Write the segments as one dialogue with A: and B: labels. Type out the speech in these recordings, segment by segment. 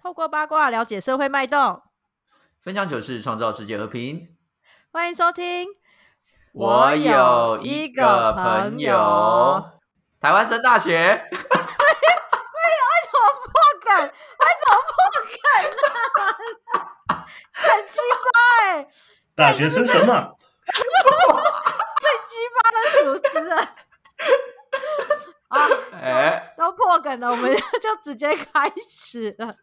A: 透过八卦了解社会脉动。
B: 分享糗事，创造世界和平。
A: 欢迎收听。
B: 我有一个朋友，台湾升 大学，
A: 不 敢，为什么不敢呢？ 很鸡巴哎，
C: 大学生什么？
A: 最鸡巴的主持人。啊，
B: 哎，
A: 都破梗了，我们 就直接开始了。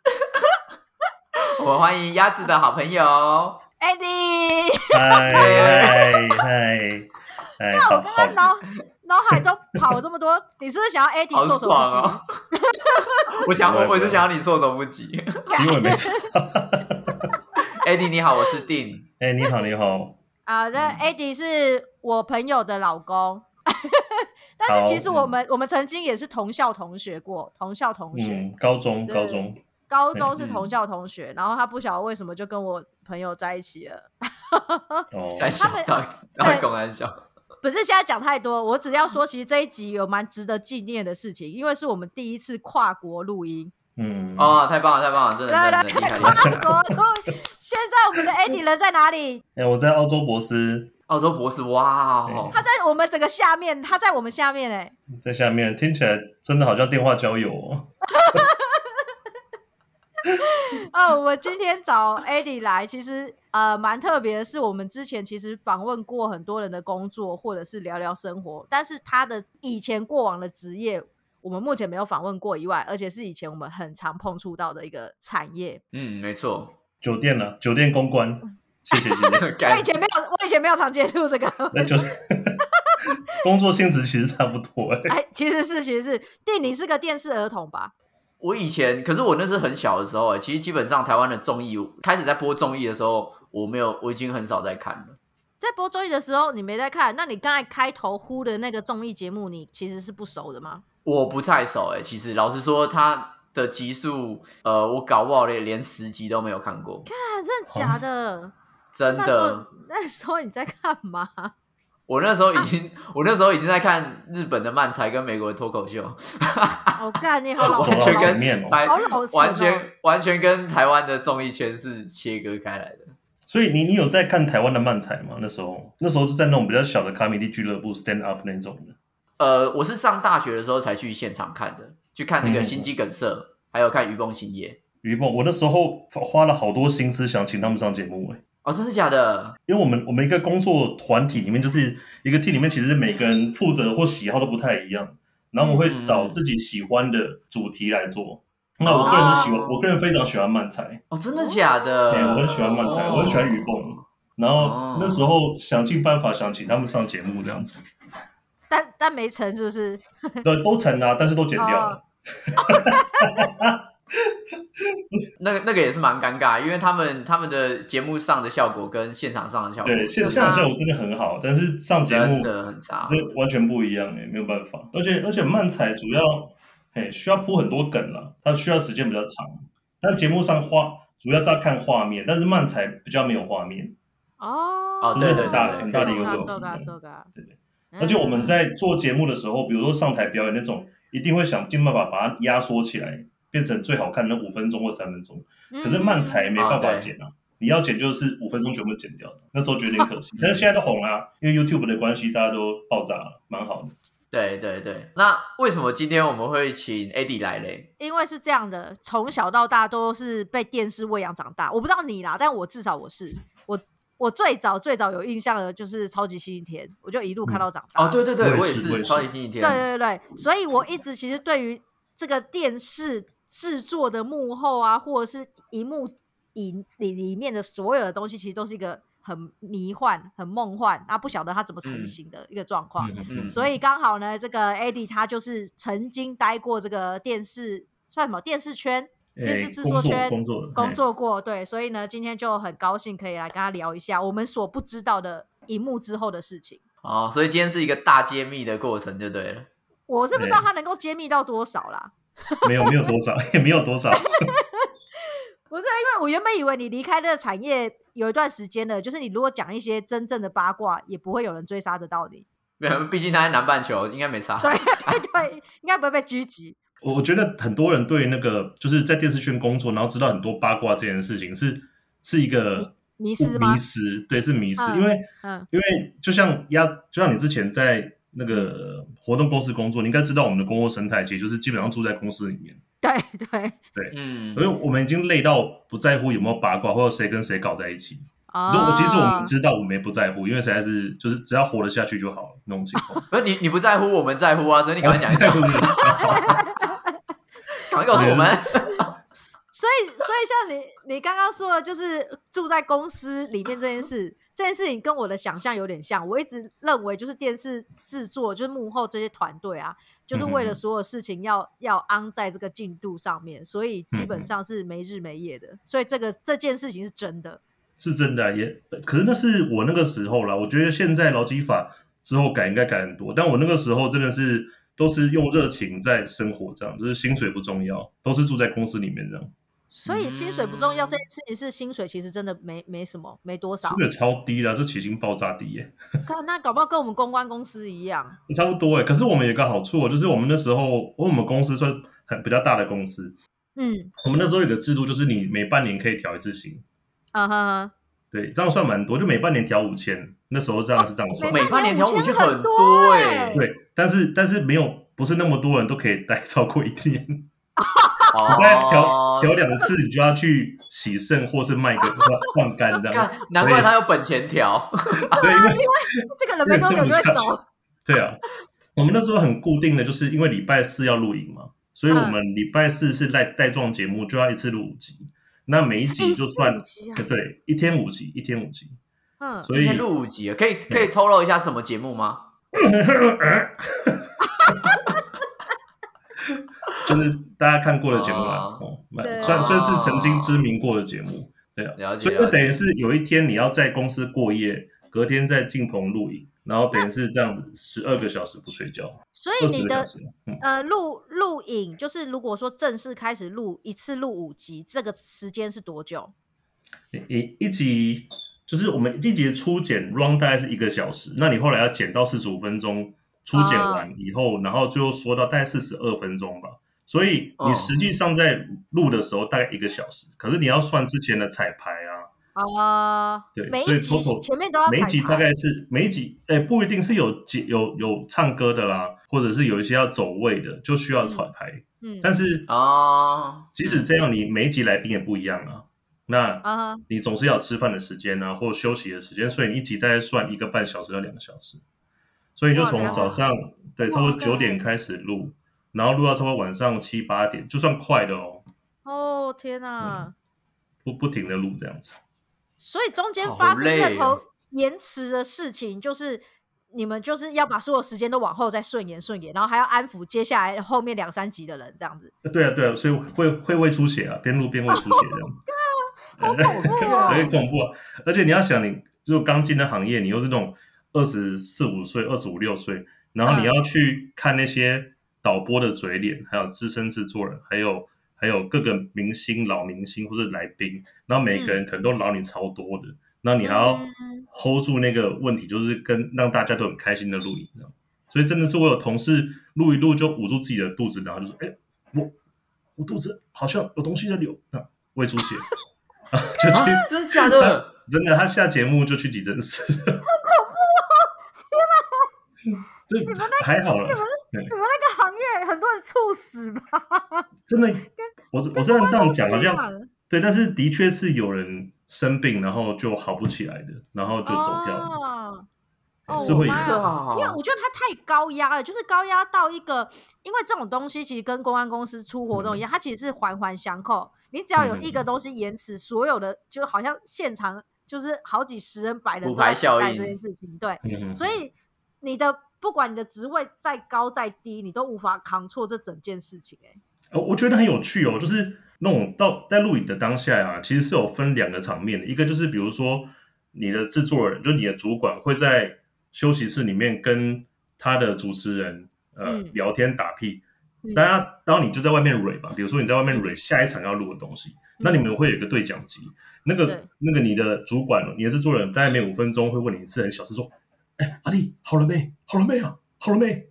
B: 我们欢迎鸭子的好朋友。
A: Andy，
C: 嗨嗨嗨嗨，哎好
A: 我刚刚
C: 好，
A: 脑脑海中跑了这么多， 你是不是想要 Andy
B: 好
A: 措手不
B: 爽
A: 及？
B: 哦！ 我想
C: 不会
B: 我我
C: 不
B: 是
C: 会
B: 想要你措手不及。
C: 因为没错。
B: Eddie 你好，我是定。
C: 哎，你好，你好，
A: 啊，那 Eddie 是我朋友的老公， 但是
C: 好
A: 其实我们我们曾经也是同校同学过，同校同学，
C: 嗯，高中
A: 对
C: 高中，
A: 高中是同
B: 嗯
A: 校同学，然后他不晓得为什么就跟我朋友在一起了。
C: 哦，
B: 在笑
A: 们哎
B: 到
A: 对
B: 到公安笑，
A: 不是现在讲太多，我只要说，其实这一集有蛮值得纪念的事情，因为是我们第一次跨国录音。
C: 嗯，
B: 哦，太棒了，太棒了，真的
A: 对
B: 真的
A: 对
B: 真的厉害
A: 对，
B: 厉
A: 跨
B: 害！
A: 国录音。现在我们的 Eddie 人在哪里？
C: 哎，我在澳洲博斯，
B: 澳洲博士，哇哦
A: 他！在我们整个下面，他在我们下面哎、
C: 在下面，听起来真的好像电话交友哦。
A: 哦，我今天找 Eddie 来，其实呃蛮特别的是，我们之前其实访问过很多人的工作，或者是聊聊生活，但是他的以前过往的职业，我们目前没有访问过以外，而且是以前我们很常碰触到的一个产业。
B: 嗯，没错。
C: 酒店呢？酒店公关，谢谢谢谢。
A: 我
B: 干
A: 以前没有，我以前没有常接触这个。
C: 那就是 工作性质其实差不多哎。
A: 哎，其实是，其实是，弟，你是个电视儿童吧？
B: 我以前，可是我那是很小的时候、欸，其实基本上台湾的综艺开始在播综艺的时候，我没有，我已经很少在看了。
A: 在播综艺的时候，你没在看，那你刚才开头呼的那个综艺节目，你其实是不熟的吗？
B: 我不太熟、欸，哎，其实老实说，它的集数，呃，我搞不好连连十集都没有看过，
A: 啊，真的假的？
B: 真
A: 那时候啊
B: 的。
A: 那时候你在干嘛？
B: 我那时候已经，我那时候已经在看日本的漫才跟美国的脱口秀，
A: 我哦干，你好老
C: 走
B: 完
C: 到
B: 全
C: 前
B: 跟
A: 实。
C: 面哦
B: 台
A: 好老成哦
B: 完全完全跟台湾的综艺圈是切割开来的。
C: 所以你你有在看台湾的漫才吗？那时候那时候就在那种比较小的卡米蒂俱乐部 stand up 那种的。
B: 呃，我是上大学的时候才去现场看的，去看那个
C: 嗯
B: 心肌梗塞，还有看愚公行业。
C: 于梦，我那时候花了好多心思想请他们上节目哎，
B: 哦，真的假的？
C: 因为我们我们一个工作团体里面就是一个 team 里面，其实每个人负责或喜好都不太一样，然后
B: 嗯
C: 我会找自己喜欢的主题来做。那我个人是喜欢，
A: 哦
C: 我个人非常喜欢漫才，
B: 哦，真的假的？
C: 对，哎我很喜欢漫才，我很喜欢于梦。然
B: 呃哦
C: 后那时候想尽办法想请他们上节目这样子，
A: 但但没成是不是？
C: 对，都成啦，但是都剪掉了。
B: 那个那个也是蛮尴尬，因为他们他们的节目上的效果跟现场上的效果，
C: 对，现
B: 真的
C: 场效果真的很好，但是上节目
B: 啊真的很
A: 啊
B: 差。
C: 这完全不一样哎、没有办法。而且而且漫才主要嘿需要铺很多梗了，它需要时间比较长。但节目上画主要是要看画面，但是漫才比较没有画面。
A: 哦
B: 哦对对对对很大的一个
A: 收
C: 手
A: 嘎
C: 术
A: 收嘎。
C: 对对
A: 嗯
C: 而且我们在做节目的时候，比如说上台表演那种，一定会想尽办法把它压缩起来，变成最好看的五分钟或三分钟。
A: 嗯
C: 可是漫才没办法
A: 哦
C: 剪啊。你要剪就是五分钟全部剪掉的，那时候觉得有点可 惜，但是现在都红啦、因为 YouTube 的关系，大家都爆炸了，蛮好的。
B: 对对对，那为什么今天我们会请 Eddie 来嘞？
A: 因为是这样的，从小到大都是被电视喂养长大。我不知道你啦，但我至少我是我我最早最早有印象的就是《超级星期天》，我就一路
C: 嗯
A: 看到长大。
B: 哦，对对对，也
C: 我也是我也是
B: 超级星期天。
A: 对对对对，所以我一直其实对于这个电视制作的幕后啊，或者是荧幕影里里面的所有的东西，其实都是一个很迷幻、很梦幻，啊，不晓得它怎么成型的一个状况。
B: 嗯
A: 所以刚好呢，这个 Eddie 他就是曾经待过这个电视算什么电视圈电视
C: 诶
A: 制
C: 工
A: 作
C: 作
A: 圈
C: 哎工作
A: 工
C: 嘿
A: 作过，对，所以呢，今天就很高兴可以来跟他聊一下我们所不知道的荧幕之后的事情。
B: 哦，所以今天是一个大揭秘的过程就对了。
A: 我是不知道他能够揭秘到多少啦，
C: 没有没有多少，也没有多少。
A: 不是因为我原本以为你离开这个产业有一段时间了，就是你如果讲一些真正的八卦，也不会有人追 杀得到你。哎
B: 没有，毕竟他在南半球，应该没差。
A: 对对，应该不会被狙击。
C: 我我觉得很多人对那个就是在电视圈工作，然后知道很多八卦这件事情是是一个
A: 迷失吗
C: 迷失，对，是迷失，
A: 嗯
C: 因为
A: 嗯
C: 因为就像压，就像你之前在那个活动公司工作，你应该知道我们的工作生态其实就是基本上住在公司里面，
A: 对对
B: 嗯
C: 因为我们已经累到不在乎有没有八卦或者谁跟谁搞在一起。
A: 啊，
C: 如果即使我们知道，我们也不在乎，因为实在是就是只要活得下去就好了那种情况。
B: 不是你你不在乎，我们在乎啊，所以你赶快 讲一
C: 在
B: 讲
C: 乎，是不是
B: 赶快告诉我们。
A: 所以，所以像你，你刚刚说的，就是住在公司里面这件 事，这件事情跟我的想象有点像。我一直认为，就是电视制作，就是幕后这些团队啊，就是为
C: 嗯
A: 了
C: 哼
A: 所有事情要、要安在这个进度上面，所以基
C: 嗯
A: 本上是没日没夜的。所以这个这件事情是真的。
C: 是真的啊、也可是那是我那个时候啦。我觉得现在劳基法之后改应该改很多，但我那个时候真的是都是用热情在生活，这样就是薪水不重要，都是住在公司里面这样，
A: 所以薪水不重要，
B: 嗯
A: 这件事情是薪水，其实真的没没什么，没多少
C: 薪。水超低的啊、就起薪爆炸低耶、
A: 看那搞不好跟我们公关公司一样，
C: 差不多耶、可是我们有一个好处哦，就是我们那时候，因为我们公司算很比较大的公司，
A: 嗯，
C: 我们那时候有个制度，就是你每半年可以调一次薪，
A: 啊哈哈，
C: 对，这样算蛮多，就每半年调五千，那时候这样是这样
B: 哦
C: 算。
B: 每半年调
A: 5000
B: 5000很多
A: 哎、
B: 欸
C: 对，但是但是没有，不是那么多人都可以待 超过一年。
B: 哦，
C: 再调调两次，你就要去洗肾或是卖个换换肝这样。
B: 干难怪他有本钱调。
C: 对，因为
A: 啊这个人没多久就会走。
C: 对啊，我们那时候很固定的，就是因为礼拜四要录影嘛，所以我们礼拜四是带带状节目，就要一次录五集。那每一集就算呃
A: 一次五集啊
C: 对，一天五集，一天五集，
A: 嗯，
C: 所
B: 今
C: 以
B: 天录五集了，可以可以透露一下什么节目吗？
C: 就是大家看过的节目啦，哦，
A: 对
C: 蛮算算是曾经知名过的节目，对啊，
B: 了解
C: 所以就等于是有一天你要在公司过夜，隔天在进棚录影，然后等于是这样子十二个小时不睡觉，
A: 所以
C: 二十
A: 你
C: 个小
A: 的
C: 时，嗯，
A: 呃录录影，就是如果说正式开始录，一次录五集，这个时间是多久？
C: 一一集就是我们一集的初剪 run 大概是一个小时，那你后来要剪到四十五分钟，初剪
A: 哦
C: 完以后，然后最后缩到大概四十二分钟吧。所以
B: 哦
C: 你实际上在录的时候大概一个小时，可是你要算之前的彩排啊，
A: 啊、
C: 对
A: 每
C: 所
A: 一
C: 以
A: 集
C: total-
A: 前面都要
C: 每一
A: 彩
C: 集
A: 排
C: 大概是每一集，哎、不一定是有节有有唱歌的啦，或者是有一些要走位的，就需要彩排。
A: 嗯
C: 但是
B: 哦，
C: 即使这样，你每一集来宾也不一样啊。那
A: 啊哈
C: 你总是要有吃饭的时间啊，或休息的时间，所以你一集大概算一个半小时到两个小时，所以你就
A: 哇
C: 从早上对
A: 哇
C: 差不多
A: 大概欸
C: 九点开始录，然后录到差不多晚上七八点，就算快的哦，
A: 哦天哪！
C: 不不停的录这样子。
A: 所以中间
B: 好
A: 发生
B: 累
A: 任
B: 哦
A: 何延迟的事情，就是你们就是要把所有时间都往后再顺延顺延，然后还要安抚接下来后面两三集的人，这样子。
C: 对啊对啊，所以会会胃出血啊，边录边胃出血这样。
A: 好恐怖 哦
C: 有点恐怖啊！而且你要想你，就刚进的行业，你又是那种二十四五岁、二十五六岁，然后你要去看那些导播的嘴脸，还有资深制作人，还有还有各个明星、老明星或者来宾，然后每个人可能都老你超多的，然后你还要
A: 嗯
C: hold 住那个问题，就是跟让大家都很开心的录影，这样所以真的是我有同事录一录就捂住自己的肚子，然后就说：“哎、我我肚子好像有东西在流，那胃出血。” 然后就去
B: 真的假 的？
C: 真的，他下节目就去急诊室，好恐怖哦！天哪，这还好了，
A: 你们那个行业很多人猝死吧？
C: 真的，我我虽然这样啊讲，好
A: 公关
C: 像
A: 公司嘛
C: 对，但是的确是有人生病，然后就好不起来的，然后就走掉了，
A: 哦
C: 对
A: 哦
C: 是会
A: 我妈
C: 有
A: 呀
B: 靠
A: 因为我觉得它太高压了，就是高压到一个，因为这种东西其实跟公安公司出活
C: 嗯
A: 动一样，它其实是环环相扣。你只要有一个东西延迟，所有的就好像现场就是好几十人、百人
B: 骨
A: 都在
B: 牌效
A: 等待
B: 应
A: 这件事情，对。
C: 嗯哼
A: 所以你的不管你的职位再高再低，你都无法扛错这整件事情、欸。哎，
C: 呃，我觉得很有趣哦，就是那种到在录影的当下啊，其实是有分两个场面的，一个就是比如说你的制作人，就你的主管会在休息室里面跟他的主持人呃、
A: 嗯
C: 聊天打屁
A: 嗯，
C: 大家当然你就在外面蕊吧，比如说你在外面蕊下一场要录的东西，那
A: 嗯
C: 你们会有一个对讲机，那
A: 对
C: 个那个你的主管，你的制作人大概每五分钟会问你一次，很小声说：“哎，阿丽，好了没？好了没啊？好了没？”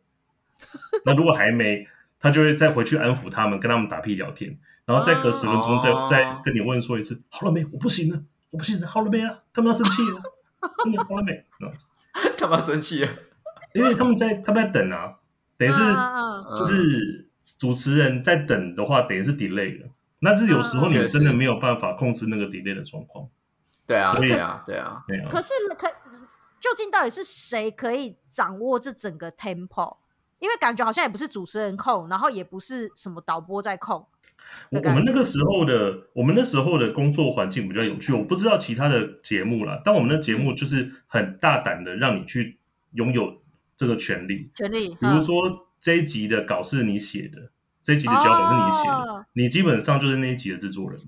C: 那如果还没，他就会再回去安抚他们，跟他们打屁聊天，然后再隔十分钟再、
B: 哦
C: 再跟你问说一次，好了没？我不行了，我不行了，好了没啊？他们要生气了，真的好了没？ 这样子
B: 他妈生气了，啊
C: 因为他们在他们在等啊，等于是
A: 嗯嗯嗯
C: 就是主持人在等的话，等于是 delay 了。那就是有时候你
B: 嗯确实
C: 真的没有办法控制那个 delay 的状况，
B: 对啊，
C: 所以
B: 对啊，对啊，
C: 没有。
A: 可是可究竟到底是谁可以掌握这整个 tempo？因为感觉好像也不是主持人控，然后也不是什么导播在控。
C: 我
A: 的
C: 我
A: 感
C: 们那个时候的，我们那时候的工作环境比较有趣，我不知道其他的节目啦，但我们的节目就是很大胆的让你去拥有这个权利。
A: 权力，嗯
C: 比如
B: 嗯
C: 说这一集的稿是你写的，这一集的脚本是你写的，
A: 哦
C: 你基本上就是那一集的制作人。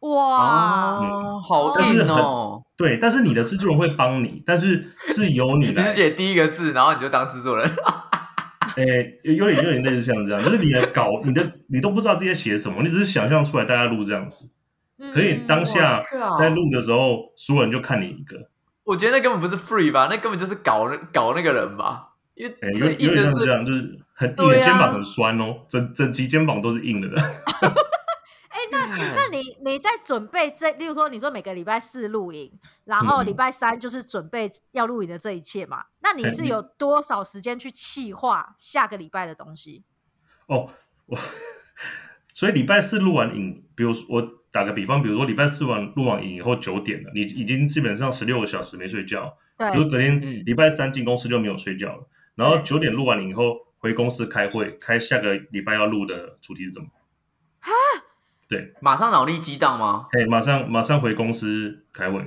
A: 哇，
B: 哦，好
A: 但
C: 是
B: 硬
C: 很
B: 哦。
C: 对，但是你的制作人会帮你，但是是由 你
B: 你
C: 来
B: 是写第一个字，然后你就当制作 人，
C: 诶，哎有点有点类似像这样，就是你的稿，你的你都不知道自己在写什么，你只是想象出来大家录这样子。嗯可以
A: 嗯
C: 当下
B: 哇
C: 啊在录的时候，所有人就看你一个，
B: 我觉得那根本不是 free 吧，那根本就是搞那搞那个人吧，因
C: 诶，
B: 为
C: 哎有
B: 最
C: 有
B: 硬
C: 点
B: 的
C: 像这
B: 是
C: 样，就是很硬的
B: 对啊
C: 肩膀很酸哦，整整集肩膀都是硬的。
A: 哎、那那你你在准备这，例如说你说每个礼拜四录影，然后
C: 嗯
A: 礼拜三就是准备要录影的这一切嘛？那你
C: 哎
A: 是
C: 你
A: 有多少时间去气化下个礼拜的东西？
C: 哦，我 所以礼拜四录完影，比如说我打个比方，比如说礼拜四完录完影以后九点了，你已经基本上十六个小时没睡觉，
A: 对，
C: 比如隔天
B: 嗯
C: 礼拜三进公司就没有睡觉了，然后
A: 对
C: 九点录完影以后回公司开会，开下个礼拜要录的主题是什么？
B: 马上脑力激荡吗？
C: 哎，马上马上回公司开会，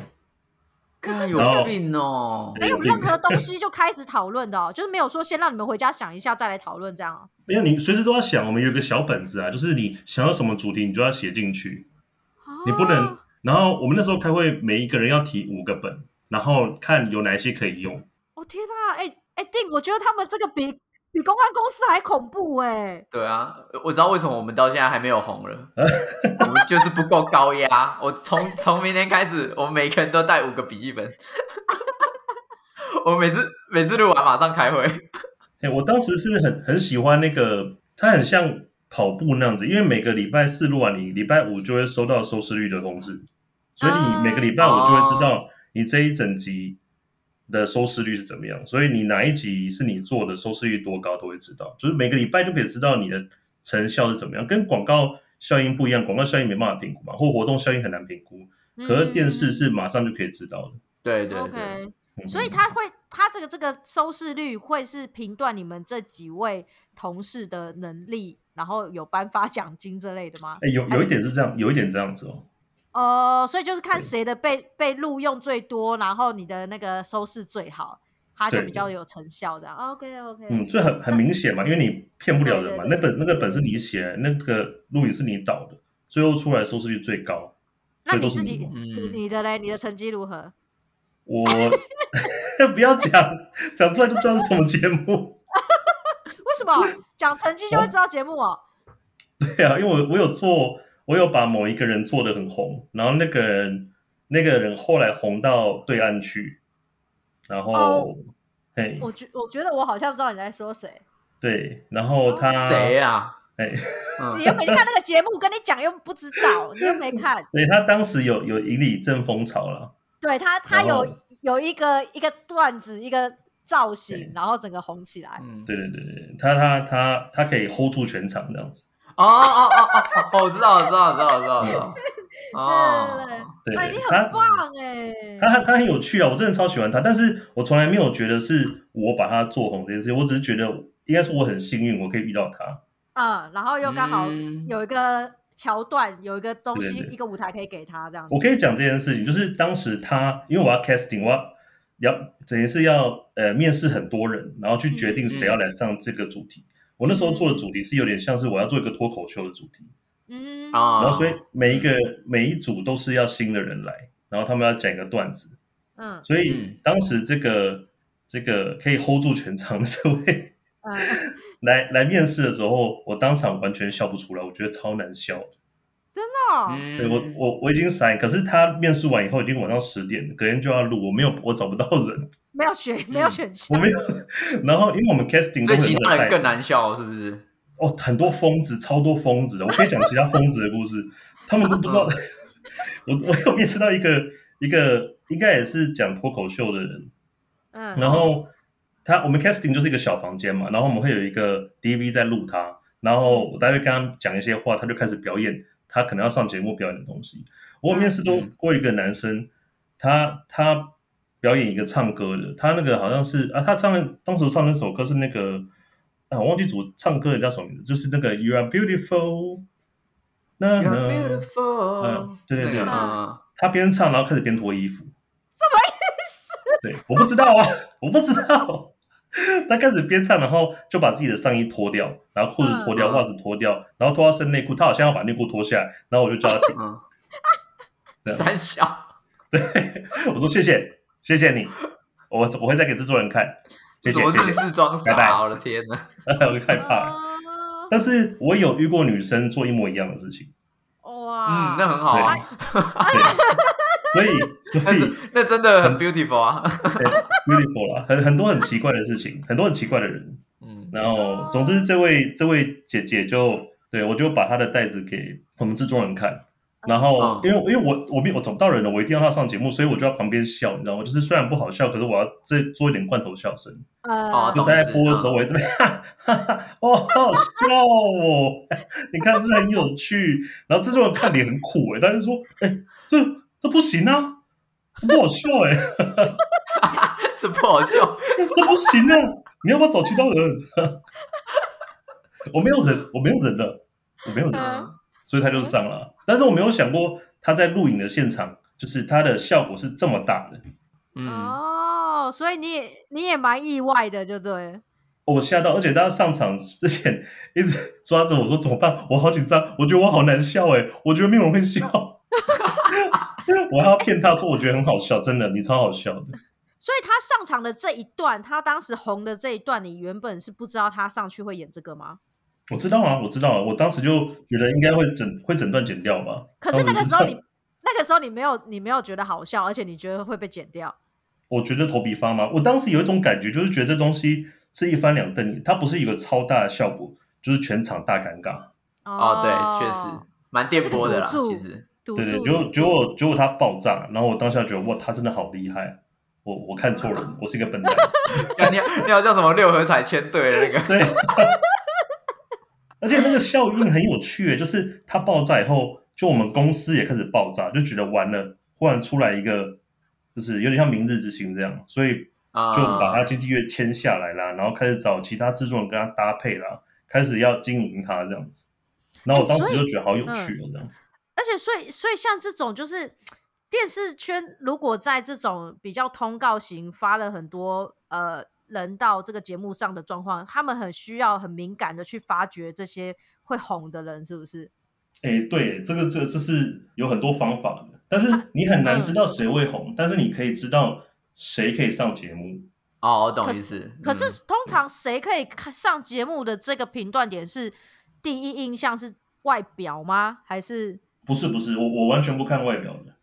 A: 可是
B: 哎
A: 这
C: 然
B: 有
C: 后
A: 个
B: 病哦！
A: 没有
C: 有病
A: 任何东西就开始讨论的、哦，就是没有说先让你们回家想一下再来讨论这样哦。
C: 没有你随时都要想，我们有一个小本子啊，就是你想要什么主题，你就要写进去，你不能
A: 哦。
C: 然后我们那时候开会，每一个人要提五个本，然后看有哪一些可以用。
A: 我、天啊，哎、哎，定，我觉得他们这个比比公关公司还恐怖哎、
B: 对啊，我知道为什么我们到现在还没有红 了，我们就是不够高压。我从从明天开始，我们每个人都带五个笔记本。 我每次每次录完马上开会，
C: 哎、我当时是很很喜欢那个，它很像跑步那样子，因为每个礼拜四录完，你礼拜五就会收到收视率的通知，所以
A: 啊
C: 你每个礼拜五就会知道你这一整集的收视率是怎么样，所以你哪一集是你做的收视率多高都会知道，就是每个礼拜就可以知道你的成效是怎么样，跟广告效应不一样，广告效应没办法评估嘛，或活动效应很难评估，可是电视是马上就可以知道的。
B: 对
A: 嗯
B: 对对，
A: OK，
C: 嗯
A: 嗯所以他会他这个这个收视率会是评断你们这几位同事的能力，然后有颁发奖金之类的吗？
C: 哎、有有一点是这样，有一点这样子哦。
A: 哦，所以就是看谁的被被录用最多，然后你的那个收视最好，他就
C: 对
A: 比较有成效这样。OK OK，
C: 嗯，这很很明显嘛，因为你骗不了人嘛。
A: 对对对
C: 那本那个本是你写的，那个录影是你导的，最后出来收视率最高，
A: 那
C: 所以
A: 你
C: 都是
A: 自己
C: 嘛
A: 你
B: 嗯，
A: 你的嘞，你的成绩如何？
C: 我 不要讲，讲出来就知道是什么节目。
A: 为什么讲成绩就会知道节目哦？
C: 对啊，因为我我有做，我有把某一个人做的很红，然后那个人那个人后来红到对岸去，然
A: 哦
C: 后，哎、
A: 我觉我觉得我好像知道你在说谁。
C: 对，然后
A: 哦
C: 他
B: 谁
A: 啊
B: 呀？
C: 啊哎
A: 你
B: 嗯，
A: 又没看那个节目，跟你讲又不知道，你又没看。
C: 对他当时有有引领正风潮了。
A: 对他，他
C: 然
A: 有
C: 后
A: 有一个一个段子，一个造型
C: 对，
A: 然后整个红起来。
B: 嗯
C: 对对对对，他他他他可以 hold 住全场这样子。
B: 哦哦哦哦哦哦，我知道，我知道，我知道，我知道，我知道。
A: 对对
B: 哦
A: 对，
C: 嗯对，
A: 哎，你
C: 他
A: 很棒哎！
C: 他他很有趣啊，我真的超喜欢他，但是我从来没有觉得是我把他做红这件事，我只是觉得应该说我很幸运，我可以遇到他。
A: 嗯，然后又刚好
B: 嗯
A: 有一个桥段，有一个东西
C: 对对，对
A: 一个舞台可以给他这样子
C: 我。可以讲这件事情，就是当时他因为我要 casting，我要要等于是要呃面试很多人，然后去决定谁要来上这个主题。我那时候做的主题是有点像是我要做一个脱口秀的主题，
A: 嗯，
B: 啊
C: 然后所以每一个每一组都是要新的人来，然后他们要讲一个段子，
A: 嗯
C: 所
B: 嗯
C: 以当时这个这个可以 hold 住全场的这位
A: 嗯，
C: 来来面试的时候，我当场完全笑不出来，我觉得超难笑的。
A: 哦，
B: 嗯
C: 对我我我已经闪，可是他面试完以后已经晚上十点了，隔天就要录，我没有我找不到人，
A: 没
C: 嗯
A: 有选，没有选项
C: 我。没有。然后因为我们 casting
B: 所
C: 都
B: 以
C: 会
B: 其
C: 有
B: 他
C: 那个
B: 人更
C: 袋子
B: 难笑，是不是？
C: 哦，很多疯子，超多疯子的。我可以讲其他疯子的故事，他们都不知
B: 嗯
C: 道。 我我有认识到一个一个应该也是讲脱口秀的人，
A: 嗯，
C: 然后他我们 casting 就是一个小房间嘛，然后我们会有一个 DV 在录他，然后我大概跟他讲一些话，他就开始表演他可能要上节目表演的东西。我有面试过
B: 嗯
C: 过一个男生，他他表演一个唱歌的，他那个好像是啊，他唱的当时唱那首歌是那个啊，我忘记主唱歌的叫什么名字，就是那个 You Are Beautiful，那
B: You're
C: 那
B: beautiful，
C: 嗯对对对
B: 那个嗯
C: 他边唱然后开始边脱衣服，什么意思？对，我不知道啊，我不知道。他开始边唱，然后就把自己的上衣脱掉，然后裤子脱掉，
B: 嗯
C: 袜子脱掉，然后脱到剩内裤。他好像要把内裤脱下来，然后我就叫他停。
B: 嗯
C: 对
B: 三小，
C: 我说谢谢，谢谢你，我我会再给制作人看，谢
B: 什
C: 谢
B: 么
C: 谢
B: 日
C: 谢，
B: 式装
C: 拜拜
B: 傻？我的天哪！
C: 我就害
B: 哦
C: 怕。
A: 啊
C: 但是我有遇过女生做一模一样的事情，
A: 哇，
B: 嗯，那很好啊，
C: 对，所以所
B: 那
C: 以
B: 真那真的很 beautiful 啊。
C: 对 beautiful 啦，很很多很奇怪的事情，很多很奇怪的人。
B: 嗯，
C: 然后，总之这位这位姐姐就对我就把她的袋子给我们制作人看，然后
B: 嗯
C: 因为因为我我没我找不到人了，我一定要她上节目，所以我就要旁边笑，你知道吗？就是虽然不好笑，可是我要再做一点罐头笑声。
A: 呃
B: 哦，
C: 就
B: 懂
C: 在
B: 事
C: 播的时候，我会这边，哈哈哈，哦，好好笑哦！ 你看是不是很有趣？然后制作人看你很苦哎、他就说，哎、这这不行啊，这不好笑哎、
B: 这不好笑，
C: 这不行啊，你要不要找其他人？ 我没有忍，我没有忍了，我没有忍，
A: 嗯
C: 所以他就上了。啊但是我没有想过他在录影的现场，就是他的效果是这么大的，
B: 嗯，
A: 哦，所以你也你也蛮意外的，就对了。
C: 我吓到，而且他上场之前一直抓着我说怎么办？我好紧张，我觉得我好难笑哎、我觉得没有人会笑。 我还要骗他说我觉得很好笑，真的，你超好笑的。
A: 所以他上场的这一段，他当时红的这一段，你原本是不知道他上去会演这个吗？
C: 我知道啊，我知道啊，我当时就觉得应该会整会整段剪掉吧。
A: 可
B: 哦
A: 是那个时候
C: 当
A: 你那个时候你没有你没有觉得好笑，而且你觉得会被剪掉。
C: 我觉得头皮发麻。我当时有一种感觉，就是觉得这东西是一翻两瞪眼，它不是一个超大的效果，就是全场大尴尬。
B: 哦，对，确实蛮电波的啦，
A: 这个赌注
B: 其实，
A: 堵
C: 对对，
A: 住
C: 结果
A: 你
C: 结果结果它爆炸，然后我当下觉得哇，他真的好厉害。我我看错人，我是一个笨蛋。
B: 你好你好像什么六合彩签对的那个，
C: 对，而且那个效应很有趣耶，就是它爆炸以后，就我们公司也开始爆炸，就觉得完了，忽然出来一个，就是有点像明日之星这样，所以
B: 啊，
C: 就把他经纪约签下来啦，然后开始找其他制作人跟他搭配啦，开始要经营他这样子。然后我
A: 哎
C: 当
A: 所
C: 时
A: 以
C: 就觉得好有趣哦，这样。
A: 而且所以所以像这种就是电视圈，如果在这种比较通告型发了很多呃人到这个节目上的状况，他们很需要很敏感的去发掘这些会红的人，是不是？
C: 哎、对，这个这这是有很多方法的，但是
A: 啊
C: 你很
A: 嗯
C: 难知道谁会红，但是你可以知道谁可以上节目。
B: 哦，我懂意思。
A: 可是
B: 嗯
A: 通常谁可以看上节目的这个评断点是第一印象是外表吗？还是
C: 不是不是，我我完全不看外表的，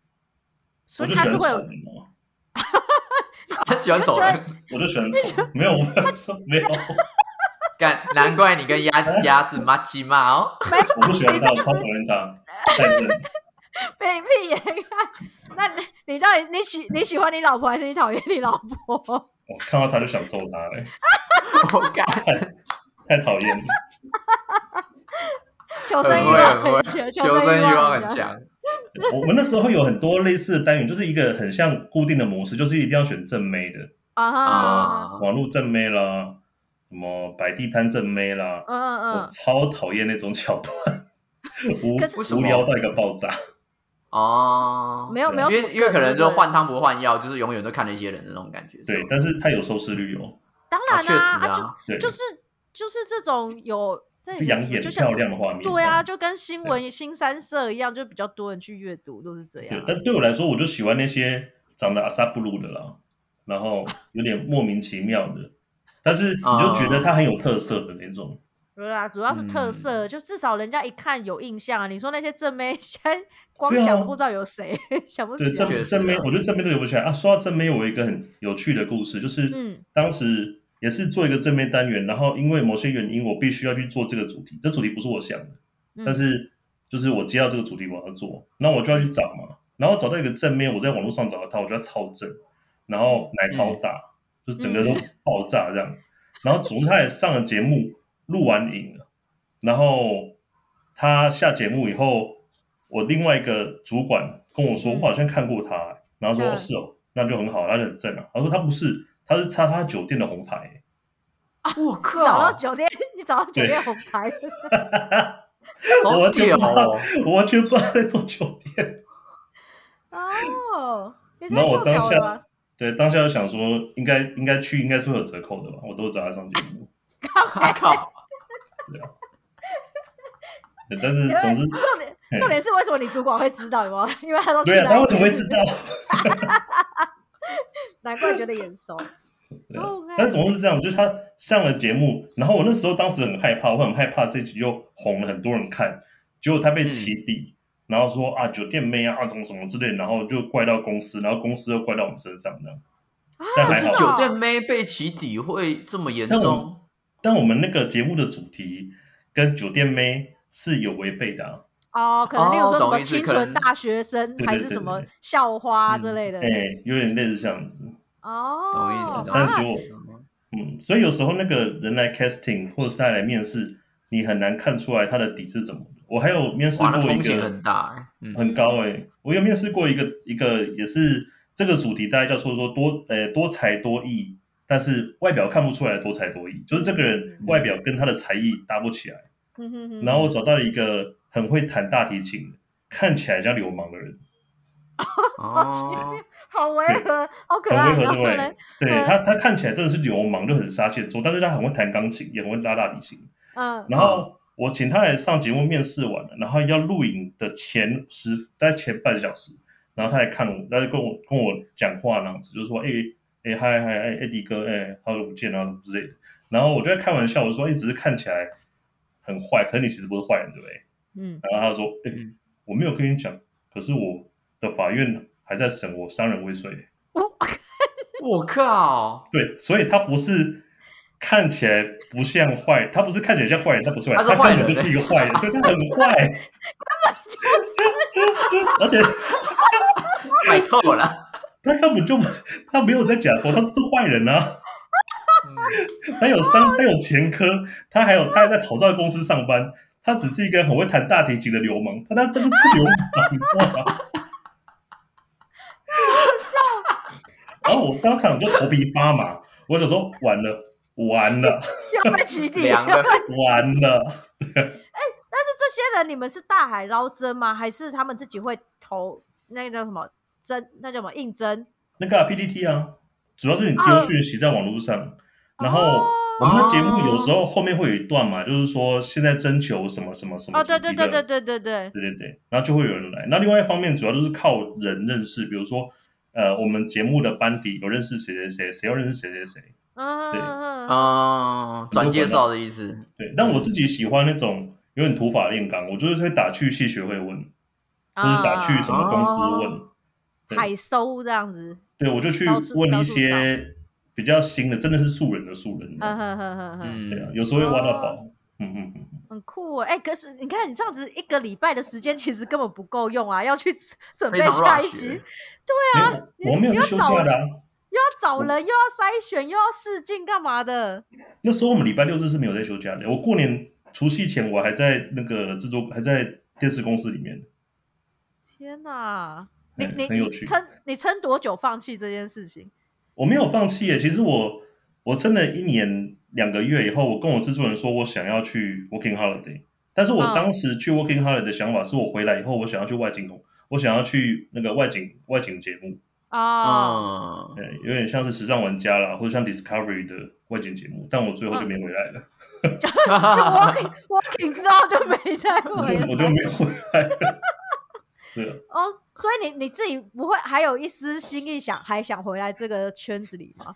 A: 所
C: 我
A: 以
C: 就
A: 他
C: 喜
A: 是
C: 欢
A: 会
C: 丑
A: 有
C: 人嘛，
B: 他喜欢走人，
C: 我就喜欢丑， 没有我没有没有，
B: 干，难怪你跟鸭鸭是妈鸡 骂哦。
C: 我不喜欢他，我超讨厌他，战争。
A: 被屁眼看？那你你到底你喜你喜欢你老婆还是你讨厌你老婆？
C: 我看到他就想揍他、哎，
B: 我干，
C: 太讨厌了。
A: 求生
B: 很
A: 欲
B: 会
A: 望
B: 很会
A: 很，强，
B: 求生欲望很
A: 强。
B: 强。
C: 我 们那时候有很多类似的单元，就是一个很像固定的模式，就是一定要选正妹的，
A: 啊哈，
B: 啊，
C: 网络正妹啦，什么摆地摊正妹啦，
A: 嗯嗯
C: 我
A: 嗯，
C: 超讨厌那种桥段，无
A: 可是
B: 为什么
C: 无聊到一个爆炸。
B: 哦，
A: 没有没有
B: 因
A: 什么
B: 为
A: 梗，
B: 因为可能
A: 对
B: 就
A: 不对
B: 换汤不换药，就是永远都看那些人的那种感觉。
C: 对
B: 是，吧
C: 但是它有收视率哦，
A: 当
B: 啊
A: 然
B: 确实
A: 啦，
B: 啊，
C: 对，
A: 就就是就是这种有这
C: 就养眼
A: 就像
C: 漂亮的画面。
A: 对啊，，就跟新闻新三社一样，就比较多人去阅读都是这样啊
C: 对，。但对我来说，我就喜欢那些长得阿萨布鲁的啦，然后有点莫名其妙的，但是你就觉
B: 啊
C: 得它很有特色的那种。
A: 对啊，主要是
C: 嗯
A: 特色，就至少人家一看有印象啊。你说那些正妹， 现在光
C: 对啊
A: 想不知道有谁，想不起
C: 对，
A: 来。
B: 确
C: 正
B: 实啊
C: 正妹，我觉得正妹都留不起来啊。说到正妹，我有一个很有趣的故事，就是
A: 嗯
C: 当时也是做一个正面单元，然后因为某些原因，我必须要去做这个主题。这主题不是我想的，
A: 嗯
C: 但是就是我接到这个主题我要做，那我就要去找嘛。然后找到一个正面，我在网络上找到它，我觉得它超正，然后奶超
A: 嗯
C: 大，就是整个都爆炸这样。然后总之他也上了节目，录完影了，然后他下节目以后，我另外一个主管跟我说，
A: 嗯
C: 我好像看过他、然后说、
A: 嗯
C: 哦是哦，那就很好，那就很正啊。他说他不是，他是插他酒店的红牌、
B: 我
A: 你找到
B: 靠，
A: 酒店，你找到酒店红牌，
C: 我
B: 好
C: 完全
B: 屌
C: 不知道
B: 哦！，
C: 我完全不知道在做酒店。
A: 哦，也
C: 然
A: 太
C: 后我
A: 凑
C: 当
A: 巧了
C: 下
A: 吧？，
C: 对当下就想说，应该应该去，应该是会有折扣的吧？我都找他上节目，
B: 我靠，
C: 对但是
A: 因
C: 总
A: 为
C: 之，
A: 重点
C: 嘿
A: 重点是为什么你主管会知道？有没有？因为他都去
C: 对啊，
A: 哪
C: 他
A: 里
C: 为什么会知道？？
A: 难怪觉得眼熟。
C: 对啊
A: 哦，OK
C: 但是总是这样，就是他上了节目，然后我那时候当时很害怕，我很害怕这集又红了，很多人看，结果他被起底，然后说啊酒店妹啊啊什么什么之类，然后就怪到公司，然后公司又怪到我们身上这样。
A: 啊
C: 但
B: 可
C: 还
B: 是
C: 好，
B: 酒店妹被起底会这么严
C: 但我
B: 重？
C: 但我们那个节目的主题跟酒店妹是有违背的、啊，
A: 哦，可能例如
B: 哦
A: 说什
B: 懂
A: 么
B: 意思
A: 清
B: 可
A: 纯
B: 能
A: 大学生，
C: 对
A: 还
C: 对
A: 是
C: 对
A: 什么
C: 对
A: 校花
B: 嗯
A: 之类的
C: 哎、。有点类似这样子，
A: 哦，
B: 懂意思，懂
C: 但
A: 啊
C: 结果
B: 意思。
C: 嗯，所以有时候那个人来 casting 或者是他来面试，你很难看出来他的底是怎么的。我还有面试
B: 哇，
C: 过
B: 那
C: 一
B: 风
C: 个
B: 险很大哎。 嗯，
C: 很高哎、我有面试过一个一个也是这个主题，大概叫做说多呃多才多艺，但是外表看不出来多才多艺，就是这个人
A: 嗯
C: 外表跟他的才艺搭不起来。
A: 嗯哼哼
C: 然后我找到了一个很会弹大提琴的，看起来像流氓的人，
B: 哦，
A: 好违和，好可
C: 很
A: 爱。
C: 违和
A: 然后
C: 对不
A: 呢
C: 对？？对
A: 嗯
C: 他他看起来真的是流氓，就很杀气很重，但是他很会弹钢琴，也很会拉大提琴。
A: 嗯，
C: 然后我请他来上节目面试完了，然后要录影的前十，大概前半小时，然后他来看我，他就跟我跟我讲话那样子，就说：“哎、哎、嗨嗨哎哎迪哥哎好久不见啊什么之类的。”然后我就在开玩笑，我说：“哎、只是看起来很坏，可是你其实不是坏人，对不对
A: 嗯，？”
C: 然后他就说：“哎、
B: 嗯
C: 我没有跟你讲，可是我的法院还在审我伤人未遂。
A: 我
B: 我 靠”，
C: 对，所以他不是。看起来不像坏，他不是看起来像坏人，他不是坏人，
B: 他是坏
C: 根
B: 人
C: 本就是一个坏人，对，他很坏。而且
B: 太透了。
C: 他根本就不他没有在假装，他是坏人啊！
B: 嗯
C: 他有伤，他有前科，他还有他还在讨债公司上班，他只是一个很会弹大提琴的流氓，他他他是流氓，你知道吗？然后我当场就头皮发麻，我想说完了，完了，
A: 又被 起底
B: 凉了，
C: 完了。
A: 但是这些人，你们是大海捞针吗？还是他们自己会投那个叫什么针？那叫什么应征？
C: 那个、啊、PPT 啊，主要是你丢讯息在网络
A: 哦
C: 上，然后我们的节目有时候后面会有一段嘛，就是说现在征求什么什么什么
A: 哦，
C: 主题
A: 对对
C: 的，
A: 对对对对对，
C: 对对对然后就会有人来。那另外一方面，主要就是靠人认识，比如说呃，我们节目的班底有认识谁谁谁，谁要认识谁谁谁。
A: 嗯
C: 对啊
A: 嗯嗯
B: 嗯，转介绍的意思。
C: 对，但我自己喜欢那种有点土法炼钢，我就是会打去系学会问，或
A: 啊
C: 者打去什么公司问。对
A: 海搜这样子，
C: 对，我就去
A: 哦到处
C: 问
A: 到
C: 一
A: 处
C: 些比较新的，真的是素人的素人。
A: 嗯哼哼哼哼，
C: 对啊，
B: 嗯，
C: 有时候会挖到
A: 哦
C: 宝。嗯嗯嗯。
A: 很酷哎、可是你看你这样子一个礼拜的时间，其实根本不够用啊，要去准
B: 非
A: 备
B: 常
A: 下一
B: rush
A: 集，
B: 欸。
C: 没有，
A: 啊你
C: 我没有
A: 你
C: 在
A: 要
C: 休
A: 找
C: 假的、啊。
A: 又要找人，又要筛选，又要试镜，干嘛的？
C: 那时候我们礼拜六日是没有在休假的。我过年除夕前我还在那个制作，还在电视公司里面。
A: 天哪！你
C: 嗯
A: 你
C: 很有
A: 你
C: 趣
A: 撑你撑多久放弃这件事情？
C: 我没有放弃耶，其实我我撑了一年两个月以后，我跟我制作人说我想要去 working holiday，但是我
A: 嗯
C: 当时去 working holiday 的想法是我回来以后我想要去外景工，我想要去那个外景外景节目，啊
A: 哦，
B: 嗯，
C: 呃，有点像是时尚玩家啦，或者像 Discovery 的外景节目，但我最后就
A: 嗯
C: 没回来了，
A: 就 working working 之后就没再
C: 我
A: 回
C: 就
A: 来
C: 我就没有回来了。对啊，
A: 哦，所以你你自己不会还有一丝心意想还想回来这个圈子里吗？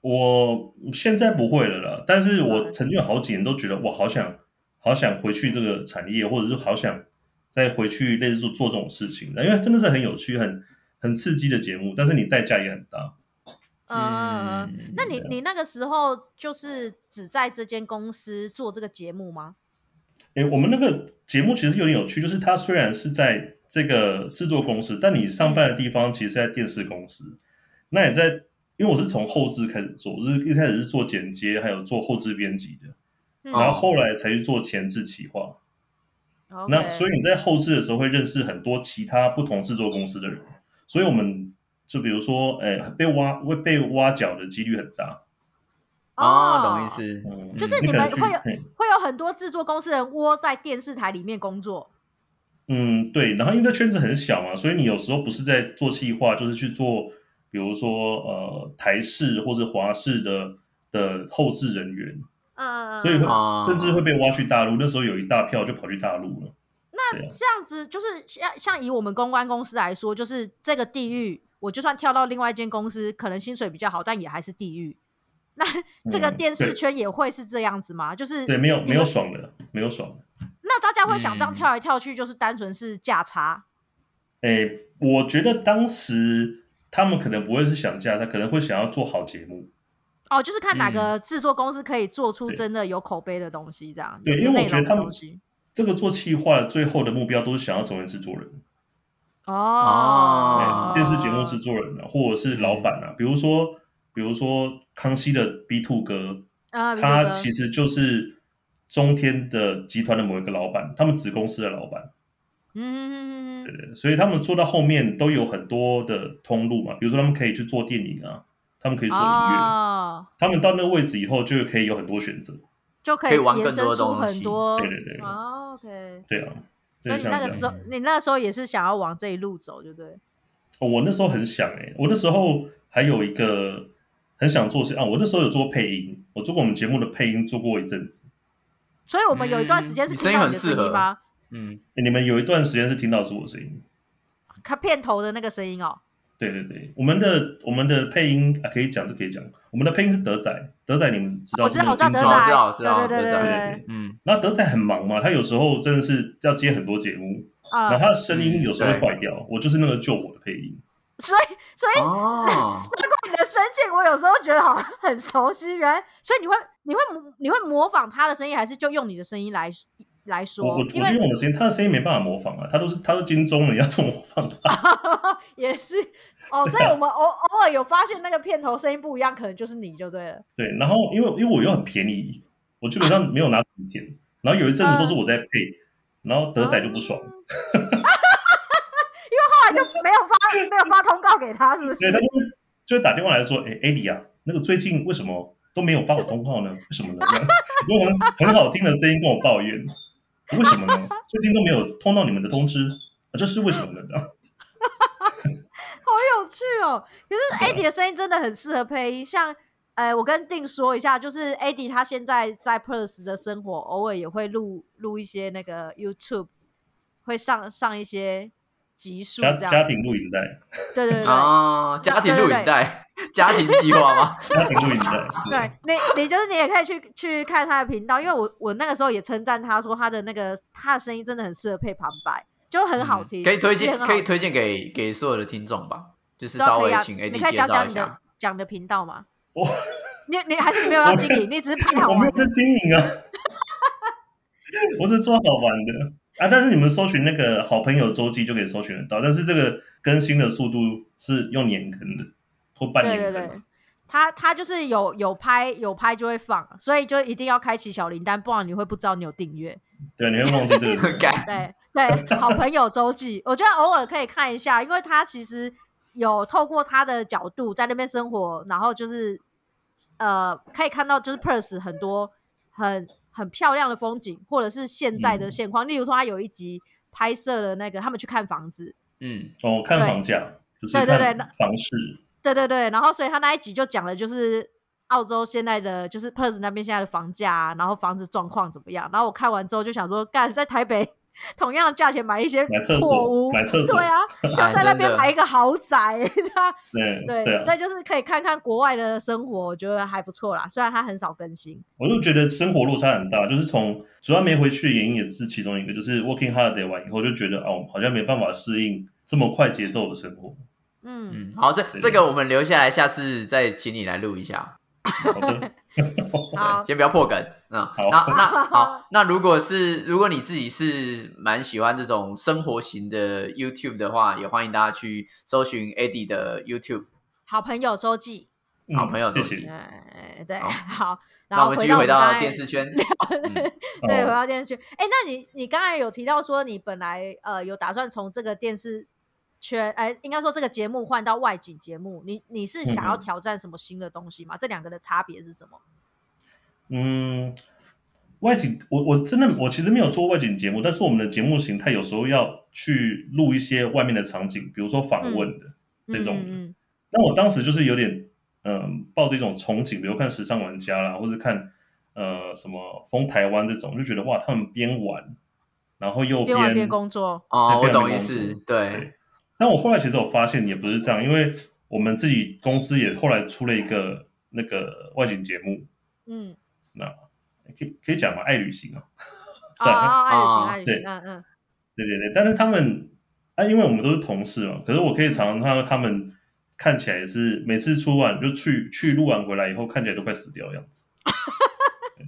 C: 我现在不会了啦，但是我
A: 嗯
C: 曾经有好几年都觉得我好想，好想回去这个产业，或者是好想再回去类似做做这种事情的，因为真的是很有趣、很很刺激的节目，但是你代价也很大。
A: 嗯嗯嗯。那你你那个时候就是只在这间公司做这个节目吗？
C: 哎，我们那个节目其实有点有趣，就是它虽然是在这个制作公司，但你上班的地方其实在电视公司。那也在，因为我是从后置开始做，我是一开始是做剪接，还有做后置编辑的，
A: 嗯
C: 然后后来才去做前置企划。那
A: OK
C: 所以你在后置的时候会认识很多其他不同制作公司的人，所以我们就比如说，哎，被挖会被挖角的几率很大。
B: 哦，懂意，思。
C: 嗯，
A: 就是
C: 你
A: 你
C: 可能
A: 们
C: 去
A: 会有
C: 嘿
A: 会有很多制作公司人窝在电视台里面工作。
C: 嗯，对，然后因为这圈子很小嘛，所以你有时候不是在做企划，就是去做，比如说呃台式或者华式的的后置人员，
A: 嗯，
C: 所以会
B: 哦
C: 甚至会被挖去大陆。那时候有一大票就跑去大陆
A: 嗯
C: 了。对
A: 那
C: 啊
A: 这样子就是像像以我们公关公司来说，就是这个地域，我就算跳到另外一间公司，可能薪水比较好，但也还是地域。那这个
C: 嗯
A: 电视
C: 对
A: 圈也会是这样子吗？就是
C: 对，没有
A: 你
C: 没有
A: 们
C: 爽的，没有爽的。
A: 那大家会想这样
B: 嗯
A: 跳来跳去，就是单纯是价差。
C: 哎，我觉得当时他们可能不会是想嫁，他可能会想要做好节目。
A: 哦，就是看哪
B: 嗯
A: 个制作公司可以做出
C: 对
A: 真的有口碑的东西，这样
C: 对
A: 有
C: 因为我
A: 内
C: 觉
A: 容的
C: 得他们
A: 东西
C: 这个做企划的最后的目标都是想要成为制作人。
A: 哦
B: 哦，
C: 电视节目制作人啊，或者是老板啊，比如说，比如说康熙的 B Two 哥，
A: 啊，
C: 他
A: 实
C: 其实就是中天的集团的某一个老板，他们子公司的老板，
A: 嗯嗯嗯嗯嗯
C: 对所以他们做到后面都有很多的通路嘛，比如说他们可以去做电影啊，他们可
A: 嗯，
C: 以做音乐，
A: 哦，
C: 他们到那个位置以后就可以有很多选择，
A: 就可
B: 可
A: 以
B: 以玩
A: 延
B: 更
A: 伸
B: 多的
A: 出
B: 东
A: 很
B: 西
A: 多，
C: 对对对
A: 哦，OK。
C: 对啊，
A: 所以你
C: 就像
A: 那
C: 这
A: 个
C: 样
A: 时候，你那时候也是想要往这一路走，对不对？
C: 哦我那时候很想哎、我那时候还有一个很想做的事啊，我那时候有做配音，我做过我们节目的配音，做过一阵子。
A: 所以我们有一段时间是
B: 嗯
A: 听到你的
B: 你声
A: 声
B: 音很适
A: 音
B: 合
A: 吗？
B: 嗯，
C: 欸你们有一段时间是听到的是我的声音，
A: 看片头的那个声音哦，
C: 对对对，我们的我们的配音啊，可以讲这可以讲，我们的配音是德仔，德仔你们知道
A: 我
C: 是
A: 知
C: 那
A: 道，
C: 个
A: 我知道
C: 金
A: 德
C: 钟
B: 我知道
A: 仔，
B: 我知道
A: 对对对
B: 德
A: 对对
B: 仔
A: 对，
B: 嗯，
C: 那德仔很忙嘛，他有时候真的是要接很多节目，然后
A: 啊，
C: 他的声音
B: 嗯
C: 有时候会
B: 对
C: 坏掉，我就是那个救我的配音，
A: 所以所以
B: 哦，
A: 你的声线，我有时候觉得好像很熟悉，原来，所以你会你会模你会模仿他的声音，还是就用你的声音来来说
C: 我我我？
A: 因
C: 就
A: 为
C: 用我的声音，他的声音没办法模仿啊，他都是他是金钟的，你要怎么模仿他？
A: 也是哦，所以我们偶偶尔有发现那个片头声音不一样，可能就是你就对了。
C: 对，然后因为因为我又很便宜，我基本上没有拿什么钱，然后有一阵子都是我在配，然后德仔就不爽，
A: 后来就没有发没有发通告给他，是不
C: 对，他
A: 是？
C: 就会就会打电话来说，哎、艾莉啊，那个最近为什么都没有发我通告呢？为什么呢？ 这样用很很好听的声音跟我抱怨，为什么呢？最近都没有通到你们的通知，啊、这是为什么呢？这 样
A: 好有趣哦！可
C: 嗯
A: 是 AD 的声音真的很适合配音，像呃，我跟定说一下，就是 AD 他现在在 Perth 的生活，偶尔也会录录一些那个 YouTube，会上上一些集数
C: 家
A: 这
C: 家
A: 样。
C: 庭录影带，
A: 对对对对
B: 哦，家庭录影带，家庭计划吗？
C: 家庭录影 带，
A: 对，你你就是你也可以去去看他的频道，因为我我那个时候也称赞他说他的那个他的声音真的很适合配旁白，就很
C: 嗯
A: 好听，
B: 嗯可以推
A: 也
B: 荐，
A: 很好
B: 可以推荐给给所有的听众吧，就是
A: 对啊
B: 稍
A: 可以
B: 微
A: 啊
B: 请
A: 你
B: AD
A: 可以
B: 介
A: 讲
B: 绍
A: 讲
B: 一
A: 你的
B: 下。
A: 讲你的频道吗？
C: 我
A: 你你还是你没有要经营，你 只是拍好
C: 我没
A: 玩
C: 有在
A: 的。
C: 经 营啊，我是做好玩的啊。但是你们搜寻那个好朋友周记就可以搜寻得到，但是这个更新的速度是用年更的，或半
A: 对
C: 年
A: 对
C: 更。
A: 对，他他就是有有拍有拍就会放，所以就一定要开启小铃铛，不然你会不知道你有订阅。
C: 对，你会忘记 这个人
B: 干
A: 对对，好朋友周记，我觉得偶尔可以看一下，因为他其实有透过他的角度在那边生活，然后就是呃，可以看到就是 Perth 很多很很漂亮的风景，或者是现在的
C: 嗯
A: 现况。例如说，他有一集拍摄了那个他们去看房子，
B: 嗯，
C: 哦，看
A: 对
C: 房价，就是
A: 对对对
C: 看
A: 那
C: 房市。
A: 对对对，然后所以他那一集就讲了，就是澳洲现在的就是 Perth 那边现在的房价、啊，然后房子状况怎么样。然后我看完之后就想说，干在台北同样的价钱买一些
C: 买厕
A: 破
C: 所，
A: 屋，
C: 买厕所，
A: 对 啊，就在
B: 哎
A: 那边买一个豪宅， 这样
C: 对
A: 对，
C: 对
A: 所
C: 啊，
A: 以就是可以看看国外的生活，我觉得还不错啦。虽然它很少更新，
C: 我就觉得生活落差很大，就是从主要没回去的原因也是其中一个，就是 working holiday 完以后就觉得哦，好像没办法适应这么快节奏的生活，
A: 嗯，
B: 嗯，好，这
C: 对
B: 这个我们留下来，下次再请你来录一下，
C: 好的，
A: 好，
B: 先不要破梗。嗯，
C: 好
B: 那 那好，那如果是如果你自己是蛮喜欢这种生活型的 YouTube 的话，也欢迎大家去搜寻 Eddie 的 YouTube。
A: 好朋友周记，
C: 嗯
B: 好朋友
C: 谢
B: 手机
C: 谢。
A: 哎，对，
B: 好
A: 好，然
B: 那
A: 后
B: 我们继
A: 回
B: 续
A: 到
B: 回
A: 我们
B: 到
A: 刚才
B: 电视圈，嗯
A: 对，回
C: 哦
A: 到电视圈。哎、那你你刚才有提到说你本来呃有打算从这个电视圈，哎、应该说这个节目换到外景节目，你你是想要
C: 嗯
A: 挑战什么新的东西吗？这两个的差别是什么？
C: 嗯，外景，我我真的我其实没有做外景节目，但是我们的节目形态有时候要去录一些外面的场景，比如说访问的。嗯这种
A: 嗯
C: 那我当时就是有点嗯，抱着一种憧憬，比如看《时尚玩家》啦，或者看呃什么《风台湾》这种，就觉得哇，他们边玩，然后又
A: 嗯，边玩边工作，
B: 哦，我
C: 对
B: 懂意
C: 变得没
B: 思
C: 工，
B: 对，
C: 但我后来其实我发现也不是这样，因为我们自己公司也后来出了一个那个外景节目，
A: 嗯，
C: 可以可以讲吗？爱旅行啊，
A: 哦
C: 算了，
A: 哦，爱旅行，
B: 哦
A: 爱旅
C: 啊对
A: 行，嗯嗯，
C: 对对对，但是他们啊，因为我们都是同事嘛，可是我可以常常看到他们看起来是每次出完就去去录完回来以后，看起来都快死掉的样子。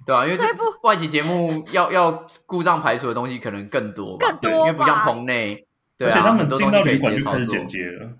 B: 对啊，因为这
A: 这部
B: 外景节目要要故障排除的东西可能更多吧，
A: 更多
B: 对因为不像
A: 吧
B: 棚内，对
C: 而
B: 啊，
C: 且他
B: 很
C: 们
B: 多
C: 进
B: 东西
C: 到
B: 可以
C: 旅
B: 直
C: 馆
B: 接
C: 就
B: 操
C: 开始
B: 作
C: 剪接了，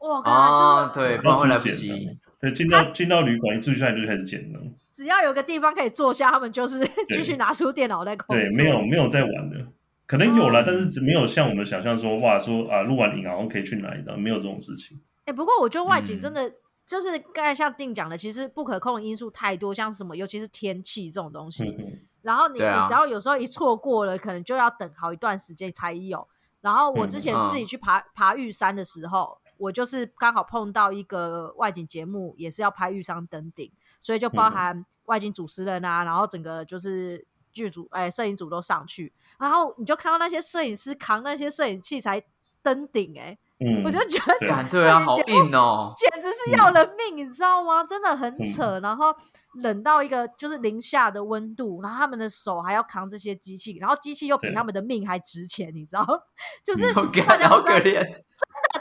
A: 我刚
B: 啊，
A: 才就是
B: 对，不
C: 要
B: 然会
C: 出
B: 来不
C: 剪
B: 及
C: 的。对，进到进到旅馆一住下来就开始剪了，
A: 只要有个地方可以坐下，他们就是 继续拿出电脑在工作。哦
C: 对，没有没有在玩的，可能有了，
B: 嗯
C: 但是只没有像我们想象说哇说啊录完影然后可以去哪一张，没有这种事情。
A: 哎、不过我觉得外景真
B: 嗯
A: 的、就是刚才像定讲的，其实不可控的因素太多，像什么，尤其是天气这种东西。
C: 嗯哼
A: 然后你、
B: 对啊
A: 你只要有时候一错过了，可能就要等好一段时间才有。然后我之
C: 嗯
A: 前
B: 嗯
A: 自己去爬、爬玉山的时候，我就是刚好碰到一个外景节目，也是要拍玉山登顶，所以就包
C: 嗯
A: 含外景主持人啊，然后整个就是剧组哎摄影组都上去，然后你就看到那些摄影师扛那些摄影器材登顶、哎、
C: 嗯，
A: 我就觉得
C: 对
B: 感对啊，
A: 外
B: 好
A: 景节
B: 硬哦，
A: 简直是要人命，你知道吗？真的很
C: 嗯
A: 扯。然后冷到一个就是零下的温度，然后他们的手还要扛这些机器，然后机器又比
C: 对
A: 他们的命还值钱，你知道？ 就是
B: 好可
A: 大家
B: 好
A: 都
B: 可
A: 在
B: 怜。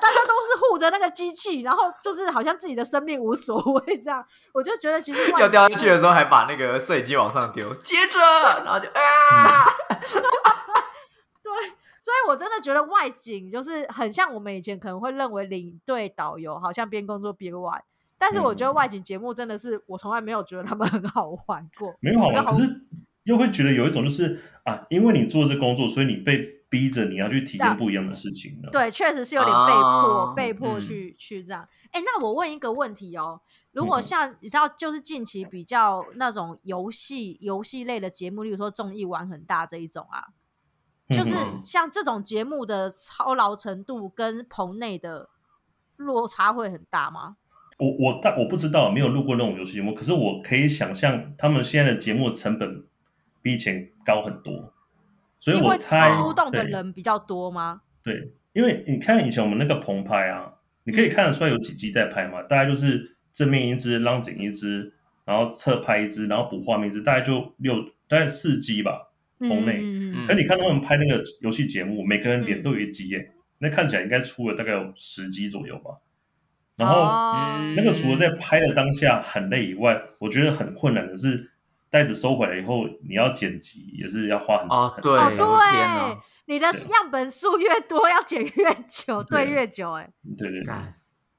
A: 大家都是护着那个机器，然后就是好像自己的生命无所谓这样。我就觉得其实
B: 要 掉下去的时候还把那个摄影机往上丢，接着，然后就
C: 哎嗯
B: 啊，
A: 所以我真的觉得外景就是很像我们以前可能会认为领队导游好像边工作边玩，但是我觉得
C: 嗯
A: 外景节目真的是我从来没有觉得他们很好玩过。
C: 没有好
A: 然
C: 玩，
A: 后
C: 可是又会觉得有一种就是啊，因为你做这工作，所以你被逼着你要去体验不一样的事哦情呢。，
A: 啊对，确实是有点被迫、
B: 啊
A: 被迫
B: 嗯
A: 去、去这样。哎，那我问一个问题哦，如果
C: 嗯
A: 像你知道，就是近期比较那种游戏游戏类的节目，例如说综艺玩很大这一种啊，就是
C: 嗯
B: 嗯
A: 像这种节目的操劳程度跟棚内的落差会很大吗？
C: 我我但我不知道，没有录过那种游戏节目，可是我可以想象他们现在的节目成本比以前高很多，所以
A: 因
C: 我
A: 为
C: 猜
A: 出动的
C: 对
A: 人比较多吗？
C: 对，因为你看以前我们那个棚拍啊，你可以看得出来有几机在拍嘛，大概就是正面一支，浪景一支，然后侧拍一支，然后补画面一支，大概就六大概四机吧。棚内
A: 嗯嗯嗯
C: 哎那你看他们拍那个游戏节目，每个人脸都有一集
B: 嗯
C: 耶，那看起来应该出了大概有十集左右吧。然后
A: 哦
C: 那个除了在拍的当下很累以外，我觉得很困难的是，袋子收回来以后，你要剪辑也是要花很
B: 哦，
C: 很
B: 对，
A: 哦，
B: 天哪
A: 对，，你的
C: 对
A: 样本数越多，要剪越久，对
C: 对
A: 越久、欸，哎。
C: 对对对。
B: 干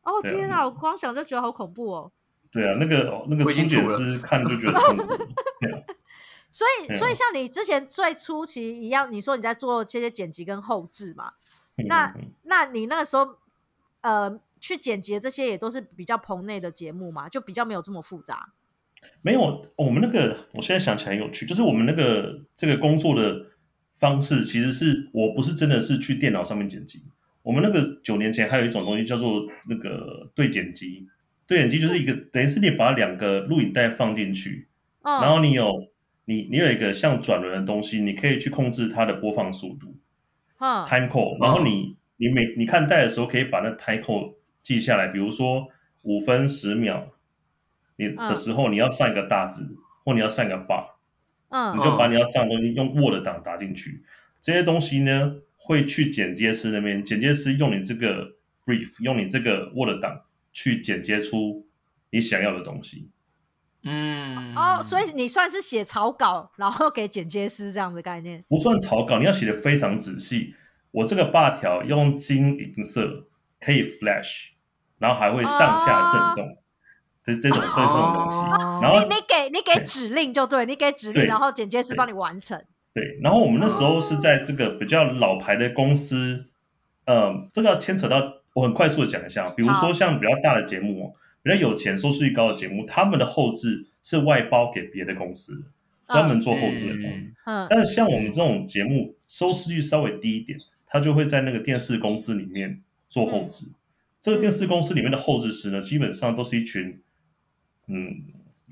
A: 哦
C: 对啊
A: 天啊！我光想就觉得好恐怖哦。
C: 对啊，那个那个
B: 我已经
C: 初
B: 吐
C: 检
B: 了
C: 师看就觉得 痛苦。 对啊，
A: 所以，
C: 对啊
A: 所以像你之前最初期一样，你说你在做这些剪辑跟后置嘛？
C: 嗯
A: 那
C: 嗯嗯
A: 那你那个时候，呃，去剪辑的这些也都是比较棚内的节目嘛，就比较没有这么复杂。
C: 没有哦我们那个，我现在想起来很有趣，就是我们那个这个工作的方式，其实是我不是真的是去电脑上面剪辑。我们那个九年前还有一种东西叫做那个对剪机，对剪机就是一个等于是你把两个录影带放进去，
A: 嗯，
C: 然后你有你你有一个像转轮的东西，你可以去控制它的播放速度。
A: 嗯
C: time code，然后你你每你看待的时候可以把那 time code 记下来，比如说五分十秒，你的时候你要上一个大字，或你要上一个 bar，
A: 嗯
C: 你
A: 嗯
C: 就把你要上的东西用 Word 档打进去。这些东西呢会去剪接师那边，剪接师用你这个 brief，用你这个 Word 档去剪接出你想要的东西。
B: 嗯，
A: 哦，所以你算是写草稿，然后给剪接师这样的概念。
C: 不算草稿，你要写的非常仔细。我这个霸条用金银色可以 flash，然后还会上下震动，就是这种这是这种东西。
A: 啊
B: 哦
C: 然后
A: 你你给你给指令就对，你给指令，
C: 对
A: 然后剪接师
C: 对
A: 帮你完成。
C: 对，然后我们那时候是在这个比较老牌的公司，呃，这个要牵扯到我很快速的讲一下，比如
A: 好
C: 说像比较大的节目哦，比较有钱、收视率高的节目，他们的后置是外包给别的公司，专门做后置的公司。
B: 嗯
A: 嗯，
C: 但是像我们这种节目，收视率稍微低一点，他就会在那个电视公司里面做后置。
A: 嗯
C: 这个电视公司里面的后置师呢，基本上都是一群，嗯，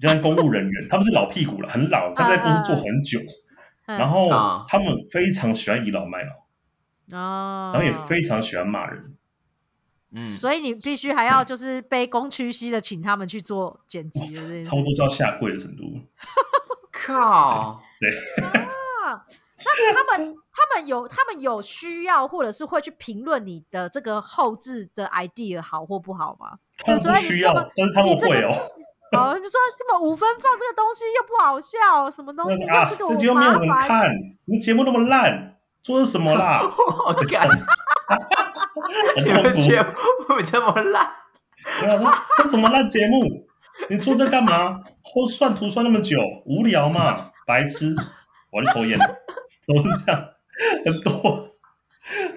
C: 就像公务人员，他们是老屁股了，很老，他们在公司做很久。
A: 嗯
C: 然后
B: 啊
C: 他们非常喜欢倚老卖老，
A: 哦，
C: 然后也非常喜欢骂人。
B: 嗯，
A: 所以你必须还要就是卑躬屈膝的请他们去做剪辑的这件事
C: 差不多是要下跪的程度。
B: 靠，
A: 啊。那他们他们有他们有需要，或者是会去评论你的这个后置的 idea 好或不好吗？
C: 他们不需
A: 对所
C: 要
A: 以你干嘛，
C: 但是他们
A: 你这个
C: 会哦。
A: 哦，你说这么五分放这个东西又不好笑，什么东西
C: 啊
A: 用，这个
C: 这节目
A: 我
C: 没有
A: 麻
C: 人
A: 烦。
C: 看，你们节目那么烂，做的什么啦？
B: 我干，
C: 很
B: 你
C: 痛
B: 们
C: 苦。
B: 节目这么烂，
C: 对啊，说这什么烂节目？你做这干嘛？后算图算那么久，无聊嘛，白痴！我要去抽烟了，怎么是这样？很多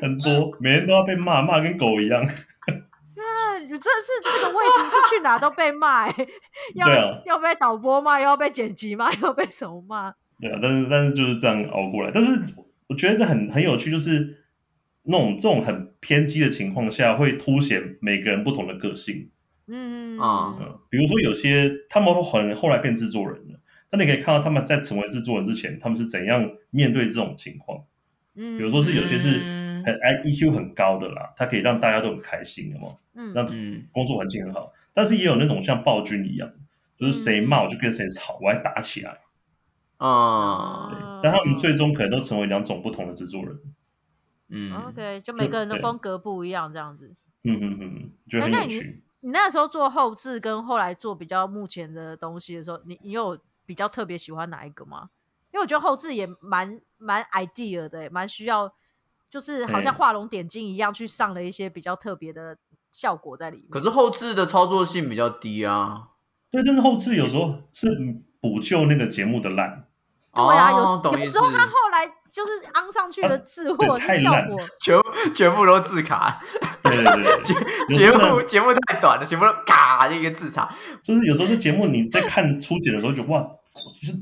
C: 很多，每天都要被骂，骂跟狗一样。
A: 啊你真的是这个位置是去哪都被骂、 欸，要、
C: 对啊
A: 要被导播骂，又要被剪辑骂，又要被什么骂？
C: 对啊，但是但是就是这样熬过来。但是我觉得这很很有趣，就是那种这种很偏激的情况下，会凸显每个人不同的个性。
A: 嗯
B: 啊
A: 嗯
C: 嗯，比如说有些他们都很后来变制作人了，那你可以看到他们在成为制作人之前，他们是怎样面对这种情况。
A: 嗯，
C: 比如说是有些是
B: 嗯
C: 很 I EQ 很高的啦，它可以让大家都很开心，有吗？
A: 嗯
C: 让
B: 嗯，
C: 工作环境很好。但是也有那种像暴君一样，就是谁
B: 嗯
C: 骂我就跟谁吵，我还打起来。
B: 哦，
C: 但他们最终可能都成为两种不同的制作人。
B: 嗯，
A: OK，就每个人的
C: 对
A: 风格不一样，这样子。
C: 嗯嗯嗯，觉
B: 啊
C: 得很有趣。
A: 你那时候做后置跟后来做比较目前的东西的时候，你你有比较特别喜欢哪一个吗？因为我觉得后置也蛮蛮 idea 的、欸蛮需要，就是好像
C: 嗯
A: 画龙点睛一样去上了一些比较特别的效果在里面。
B: 可是后置的操作性比较低啊。
C: 对，但是后置有时候是补救那个节目的烂，
A: 对啊，
B: 哦
A: 有
B: 懂
A: 有
B: 意
A: 时
B: 思
A: 候，他后来就是安上去的字或者
C: 哦太
A: 是效
C: 烂
A: 果
C: 了，
B: 全部 全部都自卡，
C: 对对对对
B: 节
C: 对，
B: 节
C: 有时候
B: 目
C: 呢
B: 节目太短了，全部都嘎一个字 卡。
C: 就是有时候这节目你在看初剪的时候就哇，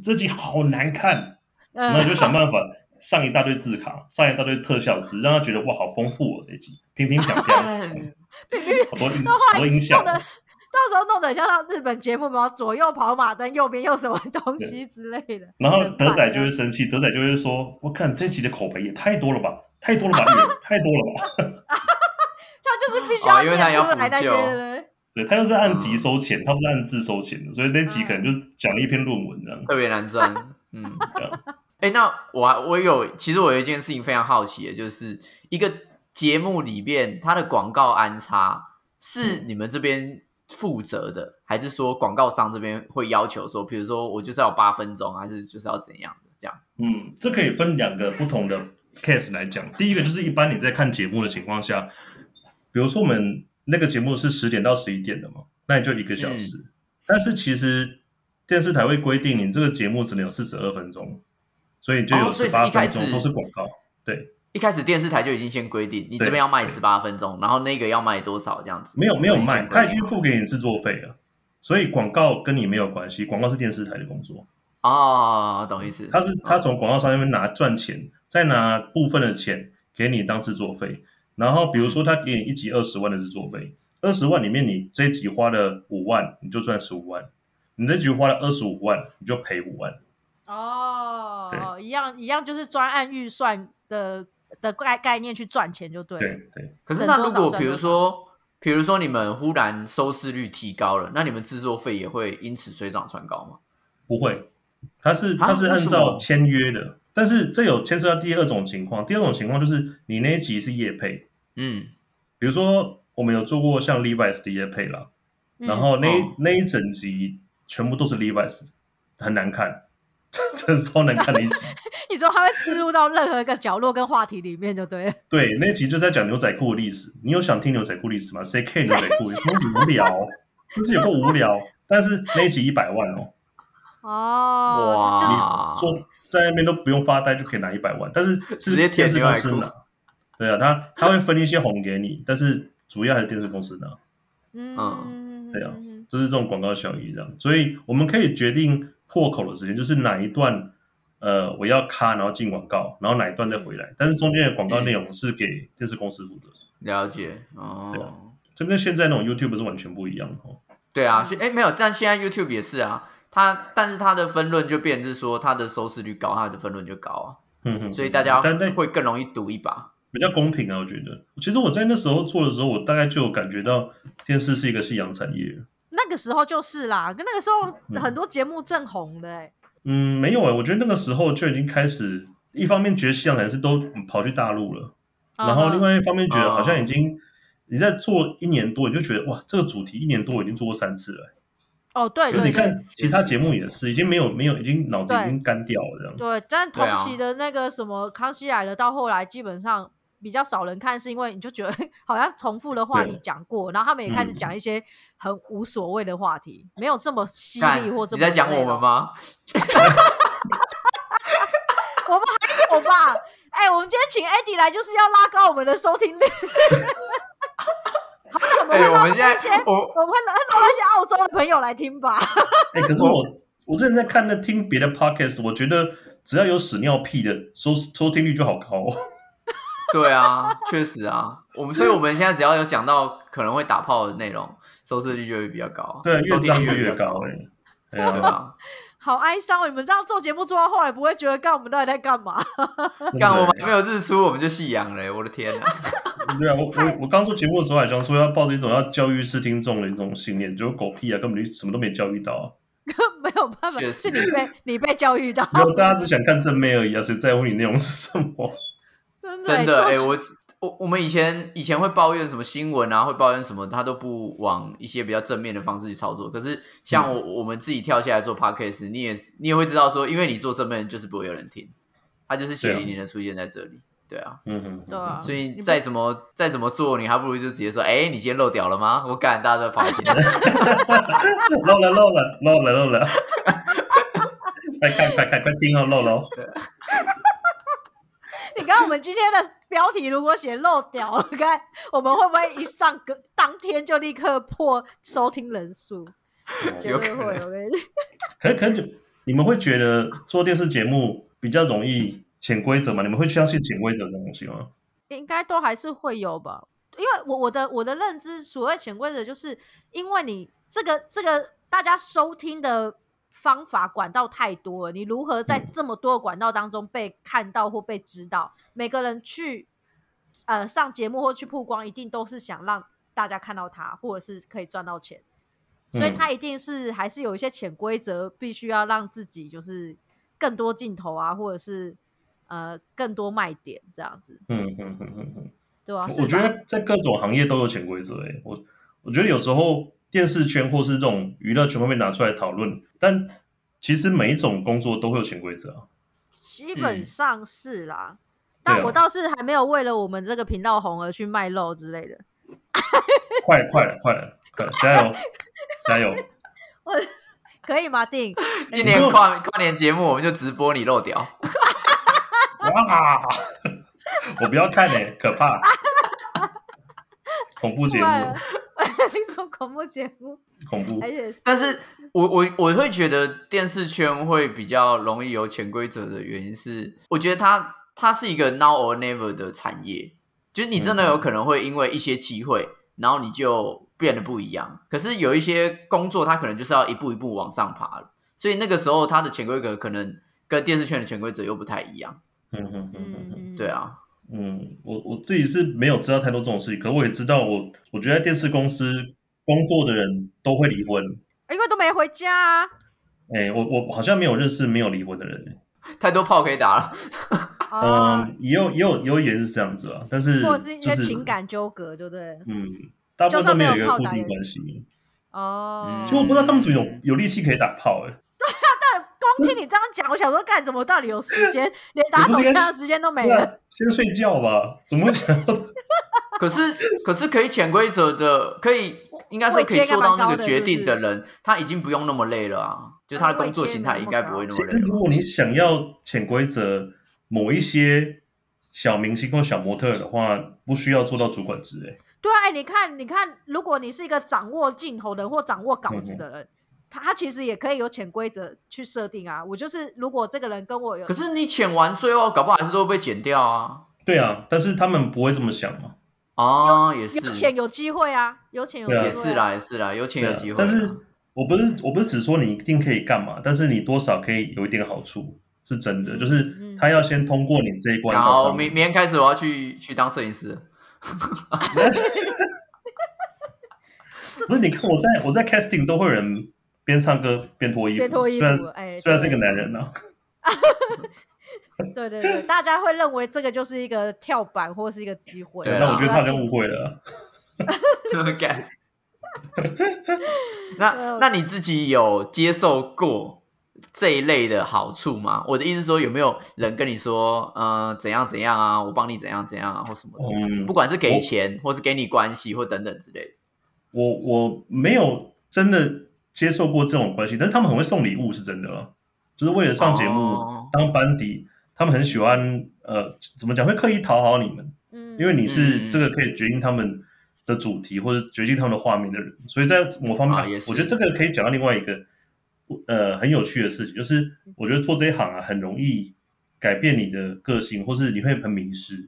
C: 这这集好难看，然后
A: 嗯，
C: 就想办法上一大堆字卡，上一大堆特效值，让他觉得哇，好丰富哦，这一集平 平平平，
B: 嗯
C: 好多音，
A: 到后
C: 好
A: 来
C: 多音
A: 弄
C: 效
A: 得，到时候弄得很像像日本节目嘛，左右跑马灯，右边又什么东西之类的。
C: 然后
A: 很
C: 德仔
A: 烦啊
C: 就会生气，德仔就会说，我看这集的口碑也太多了吧，太多了吧，也太多了吧，
A: 他就是必须
B: 哦
A: 要
B: 因为他
A: 念
B: 要
A: 出来
B: 补
A: 那些
B: 救
A: 的嘞。
C: 对他又是按集收钱，他不是按字收钱的，所以那集可能就讲了一篇论文这样，
B: 特别难赚。嗯
C: 对啊，
B: 哎、那我还我有，其实我有一件事情非常好奇的，就是一个节目里面它的广告安插是
C: 嗯
B: 你们这边负责的，还是说广告商这边会要求说，比如说我就是要八分钟，还是就是要怎样的这样？
C: 嗯，这可以分两个不同的 case 来讲，第一个就是一般你在看节目的情况下，比如说我们那个节目是十点到十一点的嘛，那你就一个小时。但是其实电视台会规定，你这个节目只能有四十二分钟，所以就有
B: 哦所
C: 十
B: 以是
C: 八
B: 一开
C: 分
B: 始
C: 钟都是广告。
B: 一开始电视台就已经先规定，你这
C: 对
B: 边要卖十八分钟，然后那个要卖多少这样子。
C: 没有没有卖，
B: 他
C: 他已经付给你制作费了，所以广告跟你没有关系，广告是电视台的工作，
B: 哦，懂意思。
C: 他是他从广告商那边拿赚钱，再拿部分的钱给你当制作费，然后比如说他给你一集二十万的制作费，二十万里面你这一集花了五万，你就赚十五万。你这一集花了二十五万，你就赔五万。
A: 哦，
C: 对
A: 一样一样，就是专案预算的的概概念去赚钱就对了。
C: 对对，
B: 可是
A: 省
B: 那
A: 多
B: 如
A: 少
B: 果
A: 算
B: 比
A: 多
B: 如
A: 少
B: 说，比如说你们忽然收视率提高了，那你们制作费也会因此水涨船高吗？
C: 不会，它是
B: 啊
C: 它是
B: 为
C: 按
B: 什
C: 照
B: 么
C: 签约的，但是这有牵涉到第二种情况。第二种情况就是你那一集是业配，
B: 嗯
C: 比如说我们有做过像 Levi's 的夜配啦，
A: 嗯
C: 然后那、
B: 哦
C: 那一整集全部都是 Levi's，很难看， 真的超难看的一集。
A: 你说它会植入到任何一个角落跟话题里面就对了。
C: 对，那集就在讲牛仔裤的历史。你有想听牛仔裤历史吗？谁 care 牛仔裤历史？那无聊，真是有够无聊。但是那一集一百万哦，
A: 哦，就是
B: 哇，
C: 说在那边都不用发呆就可以拿一百万，但是是
B: 直接贴
C: 电视公司
B: 牛仔
C: 拿。对啊，他他会分一些红给你，但是主要还是电视公司拿。
A: 嗯，
C: 对啊就是这种广告效益这样。所以我们可以决定破口的时间，就是哪一段呃我要卡，然后进广告，然后哪一段再回来。但是中间的广告内
B: 嗯
C: 容是给电视公司负责，
B: 了解
C: 对啊
B: 哦。
C: 这跟现在那种 YouTube 是完全不一样的哦。
B: 对啊，哎、诶没有，但现在 YouTube 也是啊，它但是它的分论就变成是说它的收视率高，它的分论就高啊，
C: 哼哼
B: 所以大家
C: 嗯但那
B: 会更容易赌一把。
C: 比较公平啊，我觉得。其实我在那时候做的时候，我大概就有感觉到电视是一个夕阳产业。
A: 那个时候就是啦，跟那个时候很多节目正红的、欸，
C: 嗯，没有哎、我觉得那个时候就已经开始，一方面觉得夕阳产业是都跑去大陆了，
A: 嗯
C: 然后另外一方面觉得好像已经你在做一年多，你就觉得哇，这个主题一年多已经做过三次了。
A: 哦，对
B: 就
A: 对
B: 是
C: 你
A: 对
C: 看其他节目也是，已经没有没有，已经脑子已经干掉了这样。
A: 对，但
B: 对
A: 同
B: 啊
A: 期的那个什么《康熙来了》，到后来基本上比较少人看，是因为你就觉得 好像重复的话
C: 对
A: 题讲过，然后他们也开始
C: 嗯
A: 讲一些很无所谓的话题，没有这么犀
B: 看
A: 利或这
B: 你
A: 么。啊
B: 在讲我们？吗？
A: 我们还有吧？哎、我们今天请 Eddie 来就是要拉高我们的收听率。好，我们
B: 哎、
A: 会
B: 我
A: 拉
B: 们现在
A: 一些，
B: 我
A: 我们会拉拉到一些澳洲的朋友来听吧。
C: 哎、可是我我之前在看那听别的 podcast，我觉得只要有屎尿屁的收收听率就好高、 哦。
B: 对啊，确实啊，我们所以我们现在只要有讲到可能会打炮的内容，收视率就会比较高，
C: 对，
B: 收
C: 越
B: 听
C: 脏
B: 率
C: 就
B: 会比
C: 越
B: 较
C: 高哎、欸。哎
B: 对啊
C: 呀，
B: 吧？
A: 好哀伤哦！你们这样做节目做到后来，不会觉得干我们到底在干嘛？
B: 干我们
C: 对
B: 还没有日出，我们就夕阳了、我的 天呐、
C: 对啊，我我我刚做节目的时候还讲说要抱着一种要教育式听众的一种信念，就是狗屁啊，根本就什么都没教育到啊。
A: 没有办法，
B: 确
A: 是
B: 实
A: 你被你被教育到，
C: 没有，大家只想看正妹而已啊，谁在乎你内容是什么？
A: 真的
B: 真的，
A: 做
B: 哎、我我我们以前以前会抱怨什么新闻啊，会抱怨什么，他都不往一些比较正面的方式去操作。可是
C: 嗯
B: 像我、我们自己跳下来做 podcast，你也是你也会知道说，因为你做正面就是不会有人听，他就是
C: 啊
B: 血淋淋的出现在这里。对啊，
C: 嗯哼，
A: 对啊
B: 所
A: 你
B: 以
A: 不
B: 再怎么再怎么做，你还不如就直接说，哎、你今天漏掉了吗？我敢，大家 都在旁边。
C: 漏了漏了漏了漏了，快看快看快听哦，漏了哦。
A: 你看我们今天的标题如果写漏掉，我看我们会不会一上个当天就立刻破收听人数？绝
B: 哦有
A: 对
B: 可
A: 会，
B: 能
A: 我跟你讲
C: 可是可是你你们会觉得做电视节目比较容易潜规则吗？你们会相信潜规则这种东西吗？
A: 应该都还是会有吧。因为我我的我的认知，所谓潜规则，就是因为你这个这个大家收听的方法管道太多了，你如何在
C: 嗯
A: 这么多的管道当中被看到或被知道？每个人去呃上节目或去曝光，一定都是想让大家看到他，或者是可以赚到钱，所以
C: 嗯
A: 他一定是还是有一些潜规则，必须要让自己就是更多镜头啊，或者是呃更多卖点这样子。
C: 嗯嗯嗯嗯嗯，
A: 对啊，
C: 我
A: 是
C: 觉
A: 吧？
C: 得在各种行业都有潜规则诶、我我觉得有时候电视圈或是这种娱乐圈会被拿出来讨论，但其实每一种工作都会有潜规则啊。
A: 基本
B: 嗯
A: 上是啦。
C: 对啊
A: 但我倒是还没有为了我们这个频道红而去卖肉之类的。
C: 快了快了快了快了，加油加油！
A: 我可以吗？定
B: 今年跨跨年节目我们就直播你漏掉，
C: 哇！我不要看呢、可 怕。恐怖节目，
A: 了一种恐怖节目，
C: 恐怖
A: 而。且是
B: 但是我我我会觉得电视圈会比较容易有潜规则的原因是，我觉得它它是一个 now or never 的产业，就是你
A: 嗯
B: 真的有可能会因为一些机会，然后你就变得不一样。可是有一些工作，它可能就是要一步一步往上爬了，所以那个时候它的潜规则可能跟电视圈的潜规则又不太一样。
C: 嗯嗯嗯嗯嗯
A: 嗯，
B: 对，啊，
C: 嗯，我我自己是没有知道太多这种事情，可我也知道我，我觉得在电视公司工作的人都会离婚。
A: 因为都没回家啊。
C: 哎、我我好像没有认识没有离婚的人、嗯
B: 太多炮可以打 了。
A: 啊，
C: 嗯，也有也有也有也是这样子啊，但是
A: 或者是一
C: 就
A: 些
C: 是
A: 情，感纠葛，对不对？
C: 嗯，大部分都没有
A: 就
C: 一个
A: 算
C: 固
A: 没有炮打
C: 定
A: 也
C: 关系。
A: 哦
B: 嗯，
C: 其实我不知道他们怎么有有力气可以打炮、欸，
A: 但光听你这样讲，我想说干怎么到底有时 间，连打手枪的时间都没
C: 对
A: 了。
C: 啊，先睡觉吧，怎么会想要？
B: 可是可是可以潜规则的，可以应该说可以做到那个决定的人，他已经不用那么累了啊，就是他的工作形态应该不会那
C: 其
B: 么
C: 实
B: 累
C: 如
B: 了。啊
C: 果你想要潜规则某一些小明星或小模特儿的话，不需要做到主管职、欸，
A: 对啊，哎，你看，你看，如果你是一个掌握镜头的人或掌握稿
B: 嗯
A: 子的人，他他其实也可以有潜规则去设定啊。我就是，如果这个人跟我有
B: 可，是你潜完最后，搞不好还是都会被剪掉啊。
C: 对啊，但是他们不会这么想嘛，
B: 啊，也是，
A: 有潜有机会啊，有潜有机
C: 对啊
B: 也
A: 会
B: 是
A: 啊、
B: 啦，也是啦，有潜
C: 对
B: 有
C: 啊
B: 机会啦。
C: 但是我不是我不是只说你一定可以干嘛，但是你多少可以有一点好处，是真的，
A: 嗯
C: 就是他要先通过你这一关到
B: 好，
C: 上
B: 明
C: 面。
B: 明天开始我要去去当摄影师了。
C: 不是，你看我在我在 casting 都会有人边唱歌边脱衣服，
A: 别脱衣
C: 虽然
A: 服，哎，
C: 虽然是
A: 对
C: 个男人啊，
A: 对对对，大家会认为这个就是一个跳板或是一个机会。
B: 对啊
C: 但我觉得他好像
A: 进
C: 误会了。
B: 干。 那那你自己有接受过这一类的好处吗？我的意思是说，有没有人跟你说，呃，怎样怎样啊，我帮你怎样怎样啊，或什么的？
C: 嗯
B: 不，管是给
C: 我
B: 钱，或是给你关系，或等等之类的。
C: 我我没有真的接受过这种关系，但是他们很会送礼物，是真的啊，就是为了上节目、
B: 哦
C: 当班底，他们很喜欢呃，怎么讲，会刻意讨好你们，
A: 嗯，
C: 因为你
B: 嗯
C: 是这个可以决定他们的主题或者决定他们的画面的人，所以在某方面，
B: 啊也是
C: 我觉得这个可以讲到另外一个呃很有趣的事情，就是我觉得做这一行啊，很容易改变你的个性，或是你会很迷失，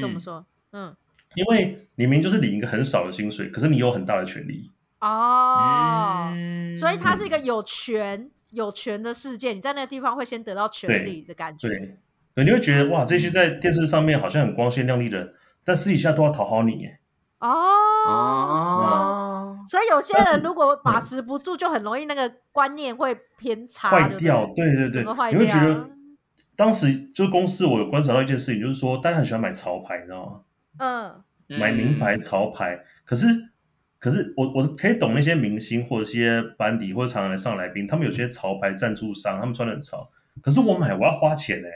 A: 怎么
B: 嗯
A: 说？嗯，
C: 因为你明明就是领一个很少的薪水，可是你有很大的权利。
A: 嗯哦，
B: 嗯
A: 所以它是一个有权有权的世界，你在那个地方会先得到权
C: 对
A: 利的感觉。
C: 对，对你会觉得哇，这些
A: 嗯
C: 在电视上面好像很光鲜亮丽的人，但私底下都要讨好你耶。
A: 哦，
B: 哦，
A: 所以有些
C: 但是嗯
A: 人如果把持不住，就很容易那个观念会偏差，
C: 坏
A: 啊对不对
C: 掉，对对对
A: 整个坏，
C: 你会觉
A: 掉啊
C: 得当时就公司我有观察到一件事情，就是说大家很喜欢买潮牌，你知道吗？
A: 嗯，
C: 买名牌潮牌，可是可是我我可以懂那些明星或者一些班底或者常常来上来宾，他们有些潮牌赞助商，他们穿的很潮，可是我买我要花钱呢，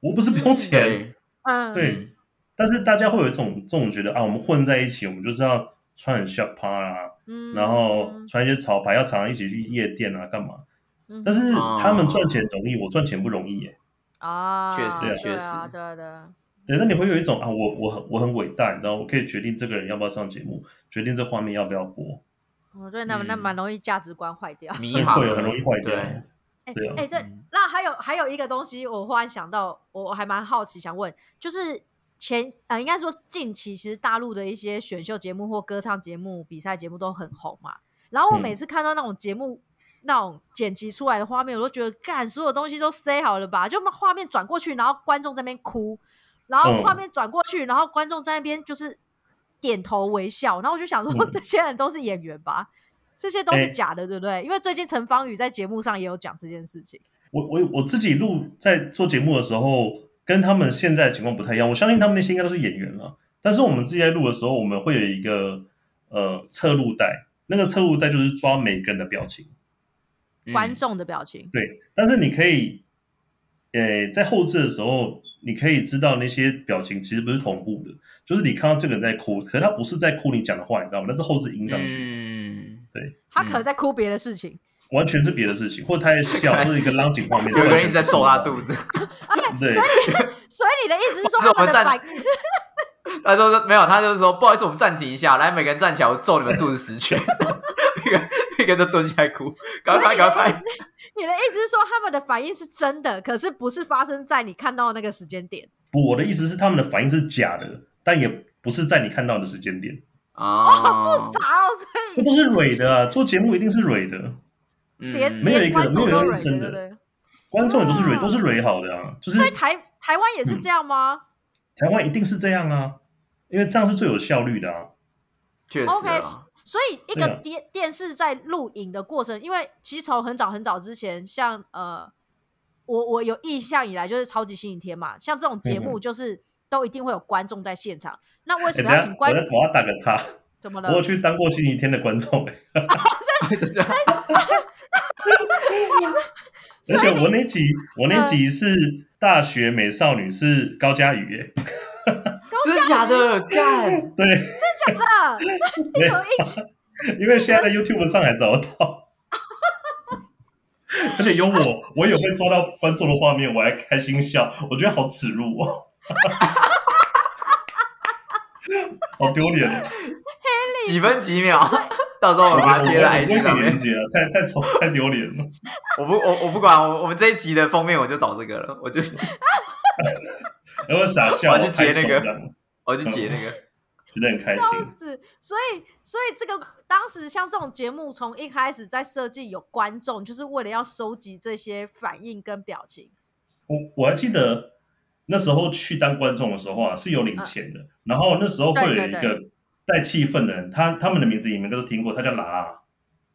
C: 我不是不用
B: 嗯。
C: 钱，
B: 对，
A: 嗯，
C: 对
B: 嗯
C: 但是大家会有一种这种觉得啊，我们混在一起，我们就是要穿很下趴啊，
A: 嗯，
C: 然后穿一些潮牌，要常常一起去夜店啊，干嘛？
A: 嗯
C: 但是
B: 哦
C: 他们赚钱容易，我赚钱不容易耶。
A: 啊，
B: 确实
A: 对
B: 确
A: 啊
B: 实
A: 对啊对啊，
C: 对，那你会有一种啊，我我很我很伟大，你知道，我可以决定这个人要不要上节目，决定这画面要不要播，
A: 我觉得那那
B: 嗯
A: 蛮容易价值观坏掉。
B: 迷
C: 会
B: 航
C: 有很容易坏掉。
B: 对，
A: 哎
C: 对啊
A: 哎，对
B: 嗯，
A: 那还有还有一个东西，我忽然想到，我我还蛮好奇，想问，就是前呃，应该说近期其实大陆的一些选秀节目或歌唱节目、比赛节目都很红嘛。然后我
C: 嗯
A: 每次看到那种节目、那种剪辑出来的画面，我都觉得干，所有东西都塞好了吧？就把画面转过去，然后观众在那边哭，然后
C: 嗯
A: 画面转过去，然后观众在那边就是点头微笑，然后我就想说，
C: 嗯
A: 这些人都是演员吧？这些都是
C: 哎
A: 假的，对不对？因为最近陈芳宇在节目上也有讲这件事情。
C: 我我我自己录在做节目的时候，跟他们现在的情况不太一样。我相信他们那些应该都是演员了，但是我们自己在录的时候，我们会有一个呃侧录带，那个侧录带就是抓每个人的表情。
B: 嗯
A: 观众的表情。
C: 对，但是你可以，呃，在后置的时候，你可以知道那些表情其实不是同步的，就是你看到这个人在哭，可是他不是在哭你讲的话，你知道吗？那是后置音上去，
B: 嗯，
A: 他可能在哭别的事情，
C: 完全是别的事情，或者他在笑，或者一个浪景画面，
B: 有个人一直在揍他肚子。
C: 对，
A: 所以你的意思是说
B: 这
A: 他们
B: 我
A: 的
B: 赞
A: 反
B: 他就说没有，他就是说不好意思，我们暂停一下，来每个人站起来，我揍你们肚子十拳。 那个那个人都蹲下来哭，赶快拍赶快拍。
A: 你的意思是说他们的反应是真的，可是不是发生在你看到的那个时间点
C: 不，我的意思是他们的反应是假的，但也不是在你看到的时间点，
B: 哦，
A: 啊？所
C: 这都是蕊的、啊，做节目一定是蕊的，
A: 以
B: 嗯
A: 连
C: 没有一
A: 连
C: 个
A: 观众
C: 没有
A: 都
C: 一
A: 忍
C: 个是
A: 对
C: 真
A: 对
C: 的
A: 对。
C: 观众也都是蕊，
A: 啊
C: 都是蕊好的啊，就是
A: 所以台台湾也是这样吗
C: 台湾一定是这样啊，因为这样是最有效率的啊。
B: 确实
A: ？OK，
B: 啊，
A: 所以一
C: 对
A: 个
C: 啊
A: 电电视在录影的过程，因为其实从很早很早之前，像呃，我我有印象以来就是超级星期天嘛，像这种节目就是都一定会有观众在现场，那为
C: 嗯哎
A: 什么
C: 等
A: 要
C: 一下
A: 请观
C: 我要我要打个叉，
A: 怎么了
C: 我？有去当过星期天的观众、欸，而且我那集我那集是大学美少女是高佳宇、欸，
B: 真的假的？干，
C: 对，
A: 真的假的？你怎么一起？
C: 因为现在在 YouTube 上还找得到。而且有我，我也会抓到观众的画面，我还开心笑，我觉得好耻辱哦，好丢脸哦！
B: 几分 几秒？到时候我们把它贴在
C: 我不
B: IG
C: 会
B: 上
C: 给连
B: 面。
C: 接了，太太丑，太丢脸了。
B: 我不，我我不管，我我们这一集的封面我就找这个了，我就
C: 然后傻笑，
B: 我要去截
C: 拍手
B: 那个
C: 这样
B: 我就截那个。
C: 觉得很开
A: 笑
C: 心。
A: 死！所以，所以这个当时像这种节目，从一开始在设计有观众，就是为了要收集这些反应跟表情。
C: 我我还记得那时候去当观众的时候啊，是有领钱的，然后那时候会有一
A: 嗯对对
C: 个带气氛的人，他他们的名字你们应该都听过，他叫拉，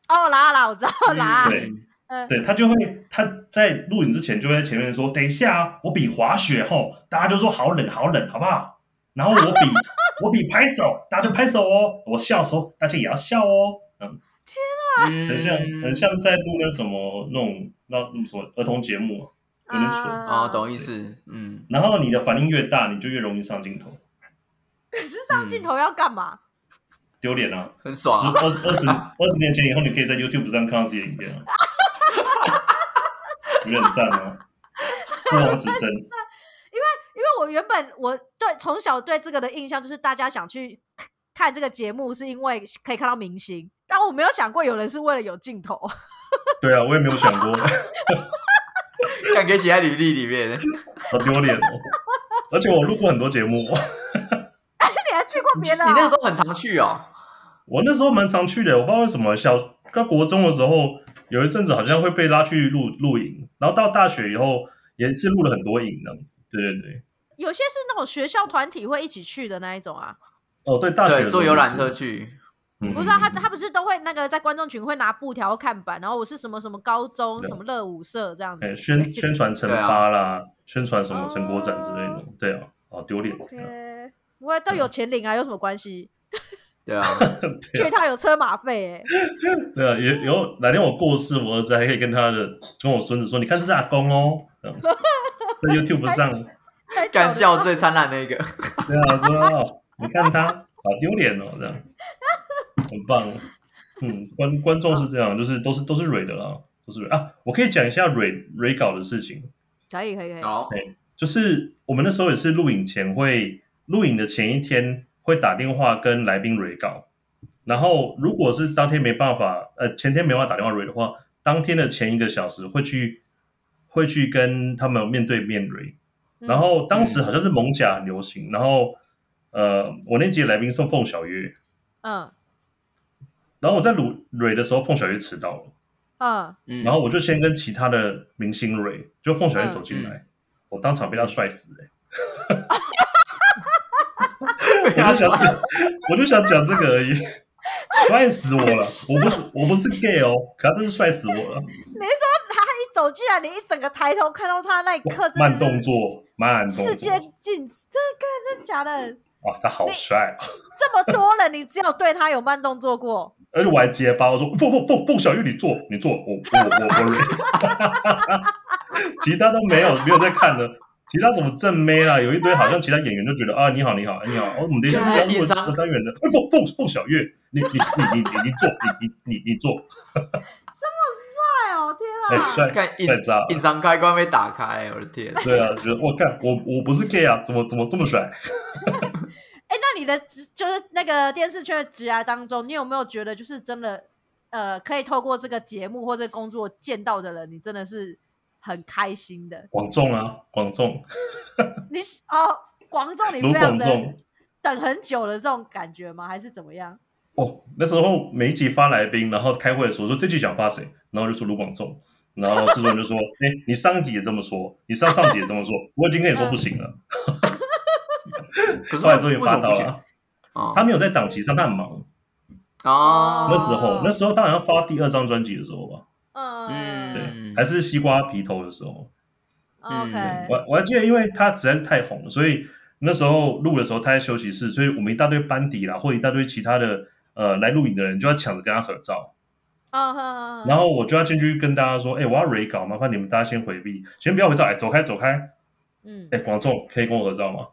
A: 哦，啦啦，我知道啦
B: 嗯。
C: 对
A: 嗯，
C: 对他就会他在录影之前就会在前面说，等一下啊，我比滑雪吼，大家就说好冷好冷，好不好？然后我 比我比拍手，大家就拍手哦，我笑的时候大家也要笑哦，嗯，
B: 嗯
C: 很像很像在录那什么那种那那什么儿童节目啊，有
A: 嗯
C: 点蠢。
B: 哦，懂意思，嗯，
C: 然后你的反应越大，你就越容易上镜头，
A: 可是上镜头要干嘛？
C: 丢脸啊！
B: 很爽
C: 十
B: 啊、
C: 二十二十二十年前以后，你可以在 YouTube 上看到自己的影片啊 了，有点赞哦，不枉此生。
A: 因为我原本我对从小对这个的印象就是大家想去看这个节目，是因为可以看到明星，但我没有想过有人是为了有镜头。
C: 对啊，我也没有想过，
B: 感觉写在履历里面。
C: 好丢脸哦。而且我录过很多节目，
A: 你还去过
B: 你
A: 别的、哦？
B: 那时候很常去哦，
C: 我那时候蛮常去的，我不知道为什么小到国中的时候，有一阵子好像会被拉去录录影，然后到大学以后也是录了很多影这样子。对对对，
A: 有些是那种学校团体会一起去的那一种啊，
C: 哦对，大学
B: 对，
C: 的时候
B: 坐游览车
C: 就是，
B: 去，
C: 嗯
A: 不知道他他不是都会那个在观众群会拿布条看板，然后我是什么什么高中
C: 对
A: 什么乐舞社这样子
C: 哎，。宣宣传陈
B: 对啊
C: 发啦，宣传什么陈国展之类的，对啊，好丢脸，对啊
A: 哦对我都有钱领啊，有什么关系？
B: 对啊，
A: 去一趟有车马 费哎、
C: 对啊，以以后哪天我过世，我儿子还可以跟他的跟我孙子说，你看这是阿公哦，这样在 YouTube 上，
A: 太屌了
B: 干笑最灿烂的一个，
C: 对啊，说哦，你看他好丢脸哦，这样，很棒，嗯，观观众是这样，就是都是都是蕊的啦，都是蕊啊，我可以讲一下蕊蕊稿的事情，
A: 可以可以可以，
B: 好，
C: 就是我们那时候也是录影前会，录影的前一天会打电话跟来宾 re 稿，然后如果是当天没办法，呃，前天没办法打电话 re 的话，当天的前一个小时会去会去跟他们面对面 re，
A: 嗯
C: 然后当时好像是蒙甲很流行，然后呃，我那集的来宾是凤小岳，
A: 嗯
C: 然后我在录 re 的时候，凤小岳迟到了。
A: 嗯，
B: 嗯，
C: 然后我就先跟其他的明星蕊，就凤小岳走进来，我当场被他帅死哎、 我就想讲，我就想讲这个而已， 帅死我了！我不是我不是 gay 哦，可他真是帅死我了，
A: 你是说他一走进来，你一整个抬头看到他那一刻，真的
C: 慢
A: 是
C: 动作，慢动
A: 世
C: 作
A: 界禁止，这个真的假的？
C: 啊，他好帅！
A: 这么多人，你只有对他有慢动作过？
C: 而且我还结巴，我说凤凤凤凤小岳，你坐，你坐，我我我我蕊， 其他都没有没有在看的，其他什么正妹啦，有一堆好像其他演员就觉得啊你好你好你好，哦我们等一下这个我我当演的，哎凤凤凤小岳，你你你你你你坐，你你你你坐，
A: 哎呦天
C: 哎
A: 啊！
C: 帅
B: 看隐
C: 帅炸了，
B: 隐藏开关被打开，我的天，
C: 对啊，觉得我干我我不是 gay 啊，怎么怎么这么帅？
A: 哎、那你的职就是那个电视圈的职涯当中，你有没有觉得就是真的，呃，可以透过这个节目或者工作见到的人，你真的是很开心的？
C: 广仲啊广仲
A: 你是哦，广众你
C: 卢
A: 非常
C: 广
A: 的
C: 仲
A: 等很久的这种感觉吗？还是怎么样？
C: 哦，那时候每一集发来宾，然后开会的时候说这集想发谁，然后就说卢广仲，然后制作人就说：“哎、你上一集也这么说，你上上集也这么说，我已经跟你说不行了。
A: 嗯
B: 可”是为
C: 后来
B: 什
C: 终于
B: 么
C: 发到
B: 不行？
C: 了，啊
B: 哦
C: 他没有在档期上，他很忙。
B: 哦，
C: 那时候
A: 哦，
C: 那时候他好像发第二张专辑的时候吧，对，
A: 嗯
B: 嗯
C: 还是西瓜皮头的时候。
A: ，OK，
C: 我我还记得，因为他实在是太红了，所以那时候录的时候他在休息室，所以我们一大堆班底啦，或一大堆其他的呃来录影的人就要抢着跟他合照，
A: 嗯哼，
C: 然后我就要进去跟大家说，哎、我要 re 稿，麻烦你们大家先回避，先不要合照，哎、走开走开，
A: 嗯，
C: 哎、广众可以跟我合照吗？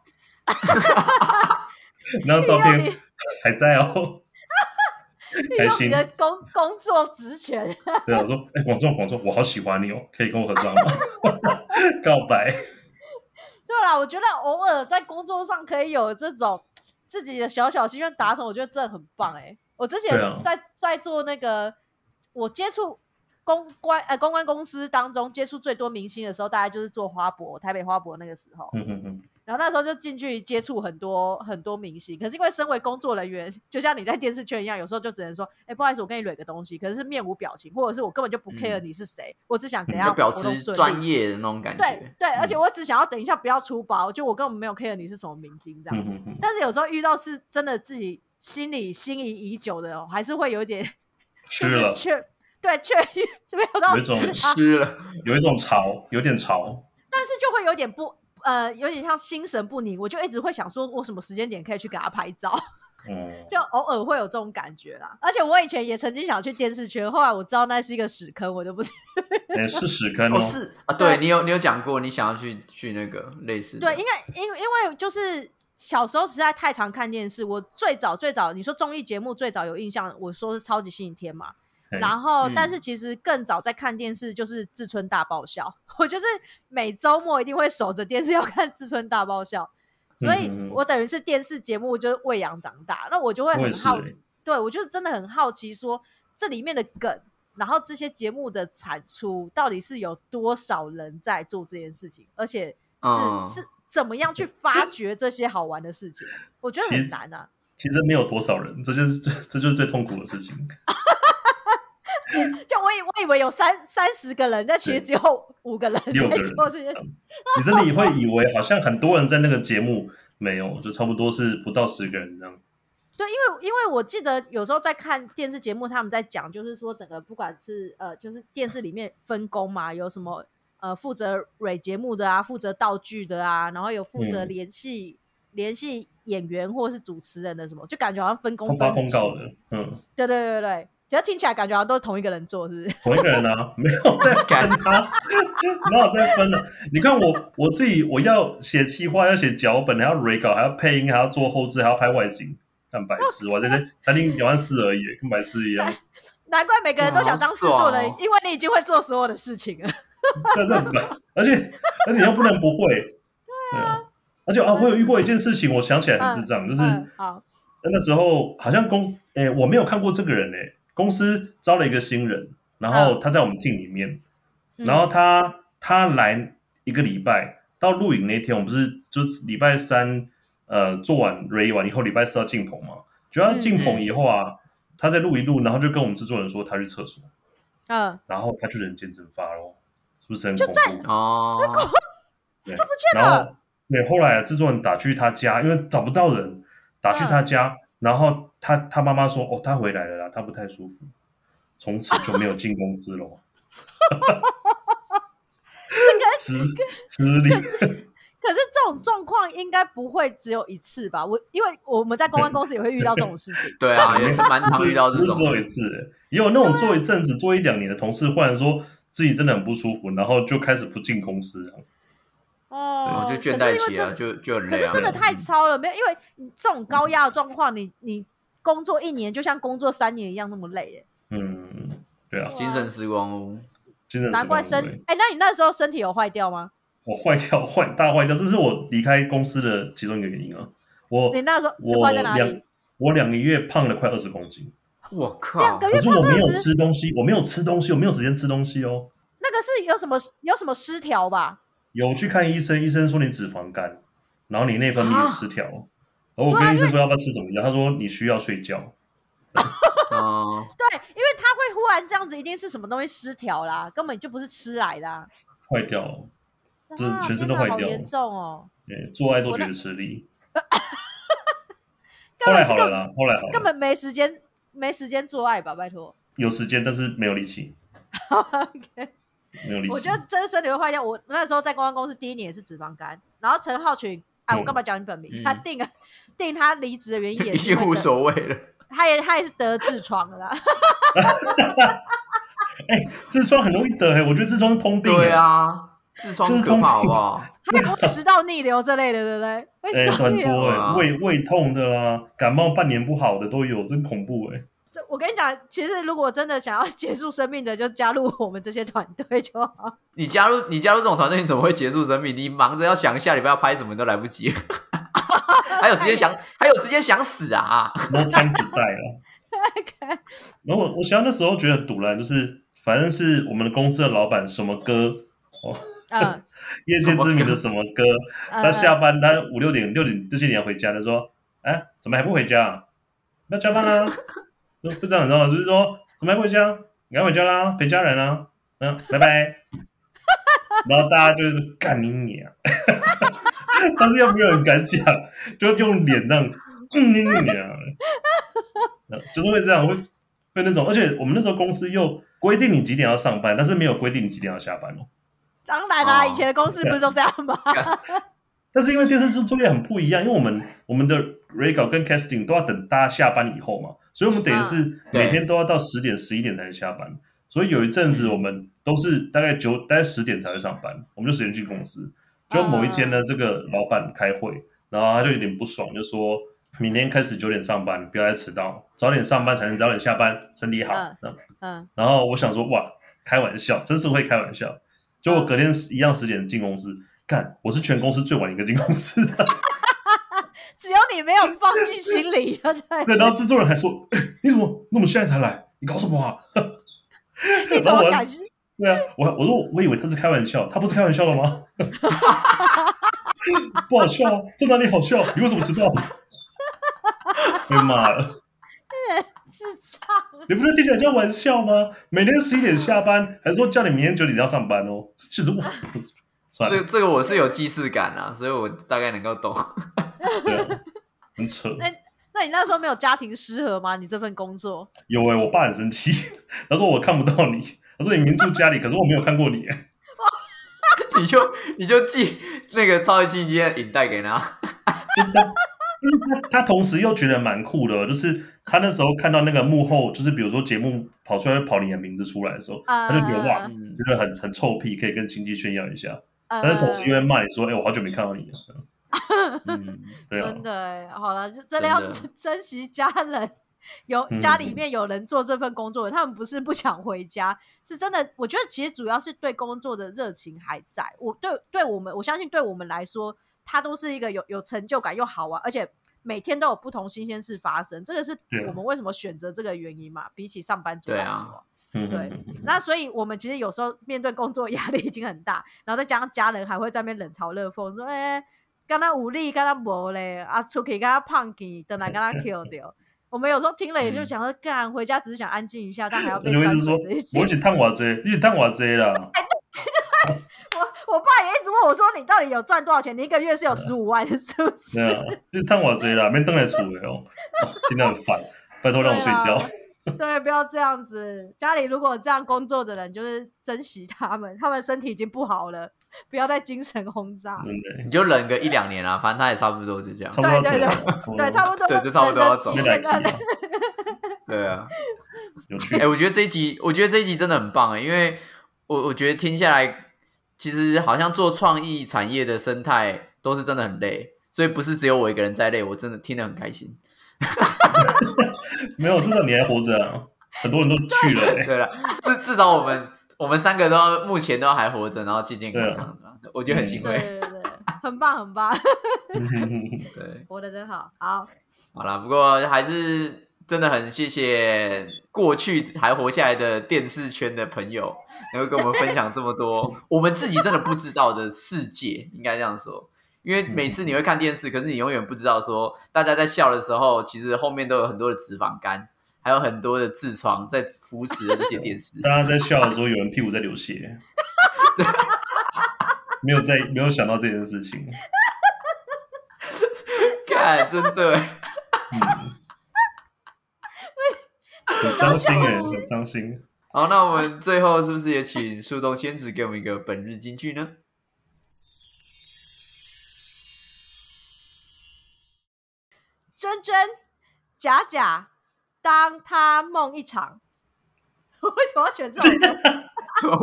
C: 然后照片还在哦，
A: 利
C: 开
A: 用
C: 心
A: 你的工工作职权，
C: 对啊，我说，哎、广众广众，我好喜欢你哦，可以跟我合照吗？ 告白，
A: 对啦，我觉得偶尔在工作上可以有这种自己的小小心愿达成，我觉得这很棒哎、我之前
C: 对啊
A: 在、在做那个，我接触公关呃公关公司当中接触最多明星的时候，大概就是做花博台北花博那个时候，
C: 嗯嗯嗯，
A: 然后那时候就进去接触很多很多明星。可是因为身为工作人员，就像你在电视圈一样，有时候就只能说，哎、不好意思，我跟你蕊个东西，可是是面无表情，或者是我根本就不 care
B: 嗯
A: 你是谁，我只想等一
B: 要
A: 下
B: 表
A: 活动
B: 示
A: 顺利
B: 专业的那种感
A: 对
B: 觉。
A: 对，而且
B: 嗯
A: 我只想要等一下不要出包，就我根本没有 care 你是什么明星这样。
C: 嗯嗯嗯，
A: 但是有时候遇到是真的自己心里心仪已久的哦，还是会有一点就
C: 吃
A: 是
C: 了，
A: 确对确定这边有到
C: 有一种
A: 是啊，
B: 湿了，
C: 有一种潮，有点潮，
A: 但是就会有点不呃，有点像心神不宁，我就一直会想说，我什么时间点可以去给他拍照，
C: 嗯，
A: 就偶尔会有这种感觉啦。而且我以前也曾经想去电视圈，后来我知道那是一个屎坑，我就不去
C: 哎、是屎坑哦，
B: 哦是啊，对你有你有讲过，你想要去去那个类似的
A: 对，因为因为因为就是小时候实在太常看电视，我最早最早你说综艺节目最早有印象，我说是超级星期天嘛。
C: 嘿
A: 然后，但
B: 嗯
A: 是其实更早在看电视就是《志村大爆笑》， 我就是每周末一定会守着电视要看《志村大爆笑》，所以
C: 嗯嗯嗯
A: 我等于是电视节目就是喂养长大，那我就会
C: 我也
A: 很
C: 是
A: 好
C: 欸
A: 奇，对我就真的很好奇说这里面的梗，然后这些节目的产出到底是有多少人在做这件事情，而且是、
B: 嗯
A: 是怎么样去发掘这些好玩的事情， 我觉得
C: 其
A: 很
C: 实
A: 难啊。
C: 其实没有多少人，这就是这这就是最痛苦的事情。
A: 就我以我以为有三三十个人，但其实只有五个人
C: 六个
A: 在
C: 人
A: 做这些。
C: 你真的会以为好像很多人在那个节目没有，就差不多是不到十个人这样。
A: 对，因为因为我记得有时候在看电视节目，他们在讲，就是说整个不管是呃，就是电视里面分工嘛，有什么呃负责蕊节目的啊，负责道具的啊，然后有负责
C: 嗯
A: 联系、联系演员或者是主持人的什么，就感觉好像分工
C: 通发
A: 分
C: 通
A: 很
C: 告
A: 细。
C: 的，嗯，
A: 对对对对对，只要听起来感觉好像都是同一个人做，是不是？
C: 同一个人啊，没有在分啊，没有在分啊。你看我我自己，我要写企划，要写脚本，还要 re 稿，还要配音，还要做后置，还要拍外景。干白痴，我在这才领两万四而已，跟白痴一样。
A: 难怪每个人都
B: 哇
A: 想
B: 好
A: 当制作人，
B: 爽哦
A: 因为你已经会做所有的事情了。
C: 对 这很烦，而且而且你又不能不 会。对啊，而且啊，我有遇过一件事情，我想起来很智障，就是
A: 嗯， 好，
C: 那时候好像公，诶、我没有看过这个人诶、公司招了一个新人，然后他在我们 team 里面，
A: 嗯
C: 然后他他来一个礼拜，到录影那天，我们不是就是礼拜三，呃，做完 re 完以后，礼拜四要进棚嘛，主要进
A: 嗯
C: 棚以后啊，他在录一录，然后就跟我们制作人说他去厕所，
A: 嗯，
C: 然后他就人间蒸发咯，是不是很恐怖？
B: 哦，，
C: 对，
A: 见
C: 然
A: 了
C: 后对，后来制作人打去他家，因为找不到人，打去他家，然后他他妈妈说：“哦，他回来了啦，他不太舒服，从此就没有进公司了。” 失失礼，
A: 可是这种状况应该不会只有一次吧？我因为我们在公关公司也会遇到这种事情
B: 对啊，也是蛮常遇到
C: 不
B: 这
C: 是
B: 种
C: 只有一次，也有那种做一阵子、做一两年的同事，忽然说自己真的很不舒服，然后就开始不进公司了。
B: 对
A: 哦
B: 我就倦怠期啊，
A: 了。
B: 就就很
A: 可
B: 累
A: 是
B: 啊。
A: 真的太超了，没有，因为你这种高压的状况，你你工作一年就像工作三年一样那么累耶，
C: 嗯，对啊，
B: 精神时光屋，
C: 精神
A: 难怪
C: 时光
A: 身
C: 不对
A: 哎、那你那时候身体有坏掉吗？
C: 我坏掉坏大坏掉，这是我离开公司的其中一个原因啊。我
A: 你那时候
C: 我
A: 坏在哪
C: 两
A: 里？
C: 我两个月胖了快二十公斤，
B: 我
A: 两
B: 靠
A: 个，
C: 可
A: 月
C: 是
A: 胖
C: 我没有
A: 二十，
C: 吃东西，我没有吃东西，我没有时间吃东西哦。
A: 那个是有什么有什么失调吧？
C: 有去看医生，医生说你脂肪肝，然后你内分泌
B: 啊
C: 有失调。然后我
A: 啊
C: 跟医生说要不要吃什么药，他说你需要睡觉。
B: 嗯，
A: 对，因为他会忽然这样子，一定是什么东西失调啦，根本就不是吃来的、啊，
C: 坏掉了，这
A: 啊
C: 全
A: 天
C: 身都
A: 哪
C: 坏
A: 好
C: 掉
A: 严
C: 了
A: 重哦。
C: 对，做爱都觉
A: 我
C: 得 吃力。
A: 根
C: 后来
A: 本
C: 好
A: 根
C: 了啦，后来好
A: 根
C: 了，
A: 本没时间，没时间做爱吧，拜托。
C: 有时间但是没有力 气，
A: OK，
C: 没有力气。
A: 我觉得真身体会坏掉。我那时候在公关公司第一年也是脂肪肝，然后陈浩群，哎，
C: 嗯
A: 我干嘛讲你本名？
B: 嗯
A: 他定了定他离职的原因也
B: 已
A: 是因
B: 经
A: 为
B: 无
A: 这
B: 所谓了。
A: 他也他也是得痔疮了啦。
C: 哎、痔疮很容易得、欸，我觉得痔疮是通病、欸。
B: 对，啊，痔疮
C: 这是
B: 可怕好不
C: 通病
B: 好？
A: 还有胃食道逆流之类的，对不对？
C: 哎、
A: 胃食道
C: 很
A: 逆流，
C: 多哎、
B: 对啊
C: 胃胃痛的啦，感冒半年不好的都有，真恐怖哎、
A: 这我跟你讲，其实如果真的想要 结束生命的，就加入我们这些团队就好。
B: 你加入你加入这种团队，你怎么会结束生命？你忙着要想下礼拜要拍什么，你都来不 及。还有时间想，还有时间想死啊！
C: No time to die 了。然后我我想那时候觉得很堵然，就是反正是我们的公司的老板什么歌，
A: 嗯，
C: 业界知名的什么歌， 他
A: 嗯
C: 下班他五六点六点六七点要回家，他说：“哎，怎么还不回家、啊？要加班啦、不不这样你知道吗？就是说怎么还不回家？你赶快回家啦，陪家人啊，嗯，拜拜。然后大家就是干你娘， 但是又没有人敢讲，就用脸这样，嗯，你娘，嗯就是会这样，会会那种，而且我们那时候公司又规定你几点要上班，但是没有规定你几点要下班哦。
A: 当然啦、
B: 哦
A: 以前的公司不是都这样吗？
C: 但是因为电视制作业很不一样，因为我们我们的 re 稿跟 casting 都要等大家下班以后嘛，所以我们等于是
B: 对
C: 每天都要到十点十一点才下班。所以有一阵子我们都是大概九大概十点才会上班，我们就十点进公司。就某一天呢，这个老板开会，然后他就有点不爽，就说明天开始九点上班，不要再迟到，早点上班才能早点下班，身体好。
A: 嗯
C: 那
A: 嗯，
C: 然后我想说，哇，开玩笑，真是会开玩笑。就我隔天一样十点进公司，干，我是全公司最晚一个进公司的。
A: 只有你没有放进心 里，对不对？
C: 对，然后制作人还说，哎你怎么那么现在才来？你搞什么啊？
A: 你怎
C: 然后
A: 么
C: 我
A: 敢
C: 还？对啊，我还我说我以为他是开玩笑，他不是开玩笑的吗？ 不好笑啊，这哪里好笑？你为什么迟到？被骂了，
A: 智障？
C: 你不是听起来叫玩笑吗？每天十一点下班，还说叫你明天九点要上班哦，这其实我 算
B: 这
C: 了，
B: 这个我是有既视感啊，所以我大概能够懂。
C: 对啊，很扯。
A: 那你那时候没有家庭失和吗？你这份工作，
C: 有哎、我爸很生气， 他说我看不到你，他说你明明住家里，可是我没有看过你、
B: 你就你就寄那个超级星期天的影带给他，
C: 他同时又觉得蛮酷的，就是他那时候看到那个幕后，就是比如说节目跑出来跑你的名字出来的时候，
A: 啊
C: 他就觉得哇，
B: 嗯，
C: 觉得很很臭屁，可以跟亲戚炫耀一下。
A: 呃
C: 但是同时又会骂你说，哎、我好久没看到你了。
B: 嗯
C: 对啊
A: 真，的哎、好了，就真
B: 真
A: 的要
B: 的
A: 珍 珍惜家人。有
C: 嗯
A: 家里面有人做这份工作，他们不是不想回家，是真的。我觉得其实主要是对工作的热情还在。我对对我们，我相信对我们来说，它都是一个有有成就感又好玩，而且每天都有不同新鲜事发生。这个是
C: 对啊
A: 我们为什么选择这个原因嘛？比起上班族
B: 对
A: 来
B: 啊
A: 说，
C: 嗯
A: 对那所以我们其实有时候面对工作压力已经很大，然后再加上家人还会在那边冷嘲热讽，说：“哎、刚刚武力，刚刚无嘞，啊，出去刚刚胖去，等来刚刚 Q 掉。”我们有时候听了也就想说，干、回家只是想安静一下，但还要
C: 那
A: 被
C: 就会
A: 酸
C: 是说
A: 水这一，些
C: 我。起探瓦贼，你起探瓦贼啦，
A: 我我爸也一直问我说：“你到底有赚多少钱？你一个月是有十五万，是不是？”
C: 对啊，你起探瓦贼啦，没登来处的哦，哦今天很烦，拜托让我睡觉。
A: 对，不要这样子。家里如果有这样工作的人，就是珍惜他们，他们身体已经不好了，不要再精神轰炸。
C: 真的，
B: 你就忍个一两年啊，反正他也差不多就这样
C: 差。不多要
A: 啊对对对，
C: 走了，
A: 差不多，
B: 对就差不多
A: 人的
B: 要走
A: 极
C: 没来
A: 限
C: 及
A: 在那
C: 啊，
B: 对啊，
C: 有 趣
B: 哎、。我觉得这一集，我觉得这一集真的很棒啊，因为我我觉得听下来，其实好像做创意产业的生态都是真的很累，所以不是只有我一个人在累，我真的听得很开心。
C: 没有，至少你还活着啊！很多人都去了、欸，
B: 对了，至至少我们我们三个都目前都还活着，然后健健康康的，我觉得很欣
A: 对
B: 慰。
A: 对对，对很棒很棒，
B: 对，
A: 活得真好。好，
B: 好啦，不过还是真的很谢谢过去还活下来的电视圈的朋友，能够跟我们分享这么多我们自己真的不知道的世界，应该这样说。因为每次你会看电视，可是你永远不知道说大家在笑的时候，其实后面都有很多的脂肪肝，还有很多的痔疮在扶持着这些电视。
C: 大家在笑的时候，有人屁股在流血， 没有在没有想到这件事情。
B: 看，真的，
C: 嗯，很伤心哎、很伤心。
B: 好，那我们最后是不是也请树洞仙子给我们一个本日金句呢？
A: 真真假假，当他梦一场。 我为什么要选这种歌？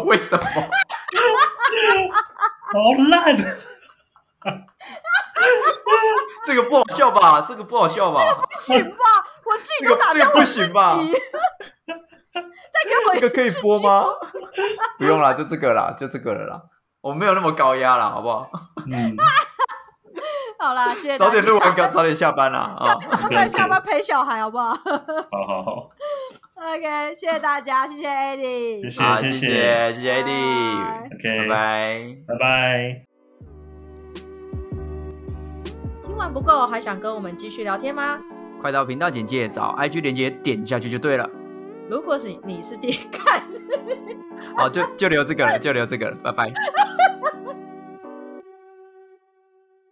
B: 为什么？
C: 好烂，
B: 这个不好笑吧？这个不好笑吧？
A: 不行吧？我自己
B: 这个
A: 都打
B: 这
A: 断我
B: 个不
A: 自己。
B: 行吧
A: 再给我一
B: 这个可以
A: 次
B: 播
A: 机
B: 吗
A: 会？
B: 不用啦，就这个啦，就这个了啦。我没有那么高压啦，好不好？
C: 嗯，
A: 好啦，谢谢
B: 早点
A: 大家
B: 录完稿，早点下班啦啊！
A: 早点下班陪小孩，好不好
C: 好好好，
A: ？OK，谢谢大家，谢谢 a d i
C: 谢谢
B: 啊，谢
C: 谢
B: 谢谢谢
A: 拜
B: AD，拜
C: ，OK，
B: 拜。
C: 拜拜。
A: 听完不够，还想跟我们继续聊天吗？
B: 快到频道简介找 IG 连接点下去就对了。
A: 如果是你是第一看，
B: 好，就就留这个了，就留这个了，拜拜。